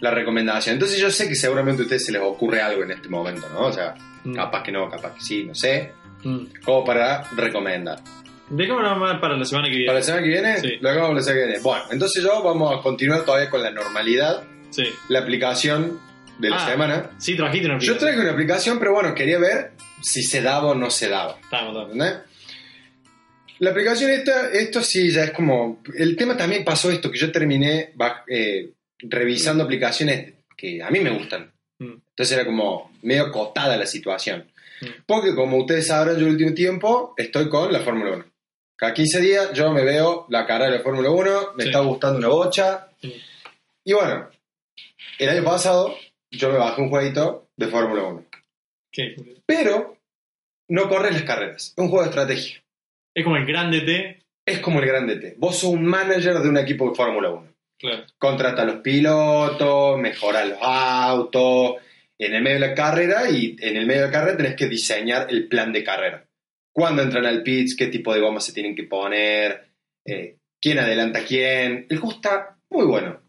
Speaker 3: la recomendación. Entonces yo sé que seguramente a ustedes se les ocurre algo en este momento, ¿no? O sea,
Speaker 1: Mm.
Speaker 3: capaz que no, capaz que sí, no sé.
Speaker 1: Mm.
Speaker 3: Como para recomendar.
Speaker 1: Dejemos nomás para la semana que viene.
Speaker 3: ¿Para la semana que viene?
Speaker 1: Sí.
Speaker 3: Lo hagamos la semana que viene. Bueno, entonces yo vamos a continuar todavía con la normalidad,
Speaker 1: Sí.
Speaker 3: la aplicación de la
Speaker 1: Ah.
Speaker 3: semana.
Speaker 1: Sí, trajiste una
Speaker 3: Yo
Speaker 1: aplicación.
Speaker 3: traje una aplicación, pero bueno, quería ver si se daba o no se daba.
Speaker 1: Estamos, estamos.
Speaker 3: ¿entendés? La aplicación esta, esto sí ya es como... El tema también pasó esto, que yo terminé va- eh, revisando aplicaciones que a mí me gustan.
Speaker 1: Mm.
Speaker 3: Entonces era como medio cotada la situación.
Speaker 1: Mm.
Speaker 3: Porque como ustedes sabrán, yo el último tiempo estoy con la Fórmula 1. Cada 15 días yo me veo la carrera de la Fórmula 1, me
Speaker 1: Sí. Mm.
Speaker 3: está gustando una bocha.
Speaker 1: Sí.
Speaker 3: Y bueno, el año pasado yo me bajé un jueguito de Fórmula 1.
Speaker 1: ¿Qué? boludo?
Speaker 3: Pero no corres las carreras, es un juego de estrategia.
Speaker 1: Es como el grande T.
Speaker 3: Es como el grande T. Vos sos un manager de un equipo de Fórmula 1.
Speaker 1: Claro.
Speaker 3: contrata a los pilotos, mejora los autos, en el medio de la carrera y en el medio de la carrera tenés que diseñar el plan de carrera. Cuándo entran al pitch, qué tipo de goma se tienen que poner, eh, quién adelanta a quién. El juego está muy bueno.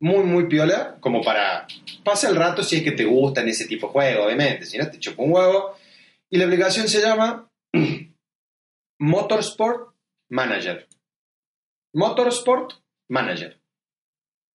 Speaker 3: Muy, muy piola, como para pasa el rato si es que te gustan ese tipo de juegos, obviamente. Si no, te chupa un huevo. Y la aplicación se llama Motorsport Manager. Motorsport Manager.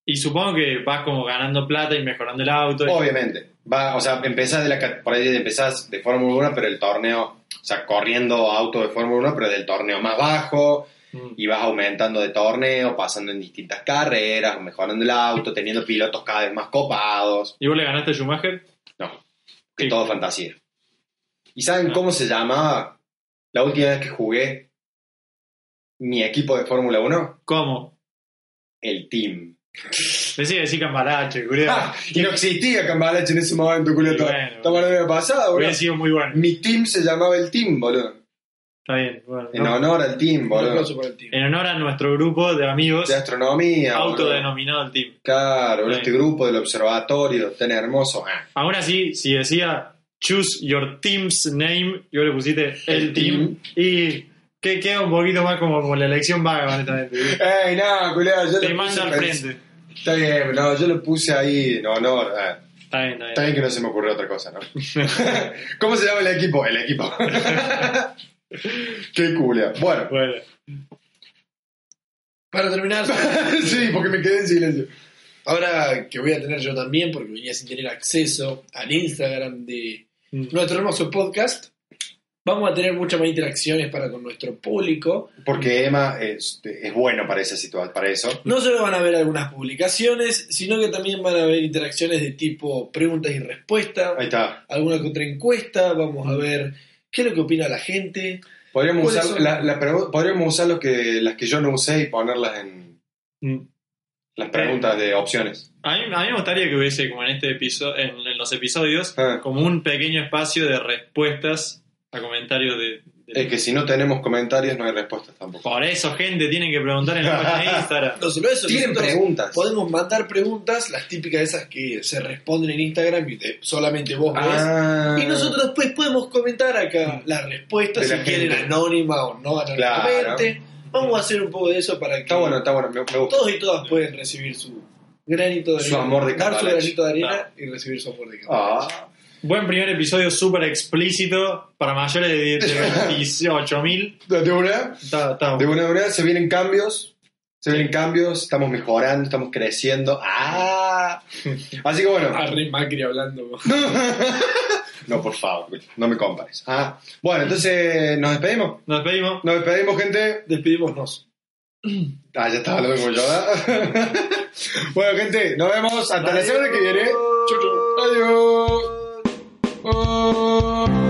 Speaker 1: Y supongo que vas como ganando plata y mejorando el auto. y-
Speaker 3: Obviamente. Va, o sea, empezás de la ca- por ahí empezás de Fórmula 1, pero el torneo, o sea, corriendo auto de Fórmula 1, pero del torneo más bajo,
Speaker 1: Mm.
Speaker 3: y vas aumentando de torneo, pasando en distintas carreras, mejorando el auto, teniendo pilotos cada vez más copados,
Speaker 1: ¿Y vos le ganaste a Schumacher?
Speaker 3: que
Speaker 1: Sí.
Speaker 3: todo fantasía. ¿Y saben cómo se llamaba la última vez que jugué mi equipo de Fórmula 1?
Speaker 1: ¿Cómo?
Speaker 3: El Team.
Speaker 1: Decí decir cambalache, culiao.
Speaker 3: Ah, y no existía Cambalache en ese momento, culo.
Speaker 1: Y bueno,
Speaker 3: Estamos hablando de pasado, boludo.
Speaker 1: Hubiera sido muy bueno.
Speaker 3: Mi team se llamaba el Team, boludo.
Speaker 1: Está bien. Bueno,
Speaker 3: En
Speaker 1: ¿no?
Speaker 3: honor al team,
Speaker 2: Un
Speaker 3: boludo.
Speaker 2: aplauso para el tío.
Speaker 1: En honor a nuestro grupo de amigos,
Speaker 3: De astronomía. boludo.
Speaker 1: autodenominado el team.
Speaker 3: Claro, boludo,
Speaker 1: Sí.
Speaker 3: este grupo del observatorio tan hermoso. Ah,
Speaker 1: Aún así, si decía choose your team's name, yo le pusiste el
Speaker 3: El
Speaker 1: team. Y que queda un poquito más como, como la elección vaga, honestamente.
Speaker 3: Ey, no, culiao, yo
Speaker 1: Te
Speaker 3: lo puse
Speaker 1: manda al
Speaker 3: pens-
Speaker 1: frente.
Speaker 3: Está bien, no, yo lo puse ahí en honor. ah.
Speaker 1: Está bien, está
Speaker 3: Está
Speaker 1: bien.
Speaker 3: bien que no se me ocurrió otra cosa, ¿no? ¿Cómo se llama el equipo? El equipo. Qué culia. Bueno,
Speaker 1: Bueno,
Speaker 2: Para terminar,
Speaker 3: sí, porque me quedé en silencio.
Speaker 2: ahora que voy a tener yo también, porque venía sin tener acceso al Instagram de
Speaker 1: Mm.
Speaker 2: nuestro hermoso podcast, vamos a tener muchas más interacciones para con nuestro público.
Speaker 3: Porque Emma es, es bueno para esa situación, para eso.
Speaker 2: No solo van a ver algunas publicaciones, sino que también van a ver interacciones de tipo preguntas y respuestas,
Speaker 3: Ahí está.
Speaker 2: alguna contraencuesta, vamos a ver qué es lo que opina la gente.
Speaker 3: Podríamos
Speaker 2: ¿Cuáles
Speaker 3: usar,
Speaker 2: son?
Speaker 3: la- la pregu- podríamos usar lo que, las que yo no usé y ponerlas en,
Speaker 1: Mm.
Speaker 3: Las preguntas de opciones.
Speaker 1: A mí, a mí me gustaría que hubiese, como en este episodio, en, en los episodios,
Speaker 3: Ah.
Speaker 1: como un pequeño espacio de respuestas a comentarios de. de-
Speaker 3: Es que si no tenemos comentarios no hay respuestas tampoco.
Speaker 1: Por eso, gente, tienen que preguntar en la página de Instagram.
Speaker 2: No solo eso,
Speaker 3: Tienen
Speaker 2: nosotros
Speaker 3: preguntas.
Speaker 2: podemos mandar preguntas, las típicas esas que se responden en Instagram y te- solamente vos ves.
Speaker 3: Ah,
Speaker 2: Y nosotros después podemos comentar acá la respuesta,
Speaker 3: De
Speaker 2: si
Speaker 3: la
Speaker 2: quieren
Speaker 3: gente.
Speaker 2: anónima o no anónimamente. Vamos a hacer un poco de eso para que
Speaker 3: Está bueno, está bueno, me, me gusta.
Speaker 2: todos y todas pueden recibir su granito de
Speaker 3: Su
Speaker 2: arena.
Speaker 3: amor de
Speaker 2: dar su
Speaker 3: cambalache.
Speaker 2: granito de arena y recibir su amor de cambalache.
Speaker 3: Ah,
Speaker 1: Buen primer episodio, súper explícito, para mayores de, de 18.000.
Speaker 3: de una,
Speaker 1: Está, está
Speaker 3: de una, de una, se vienen cambios. Se vienen cambios, estamos mejorando, estamos creciendo. Ah. Así que bueno.
Speaker 2: Arre Macri hablando.
Speaker 3: No, por favor, no me compares. Ah. Bueno, entonces nos despedimos.
Speaker 1: Nos despedimos.
Speaker 3: Nos despedimos, gente.
Speaker 2: Despedimos
Speaker 3: Ah, ya estaba hablando como yo, ¿verdad? bueno, gente, nos vemos. Hasta la semana que viene.
Speaker 2: Chau, chau.
Speaker 3: Adiós. Oh.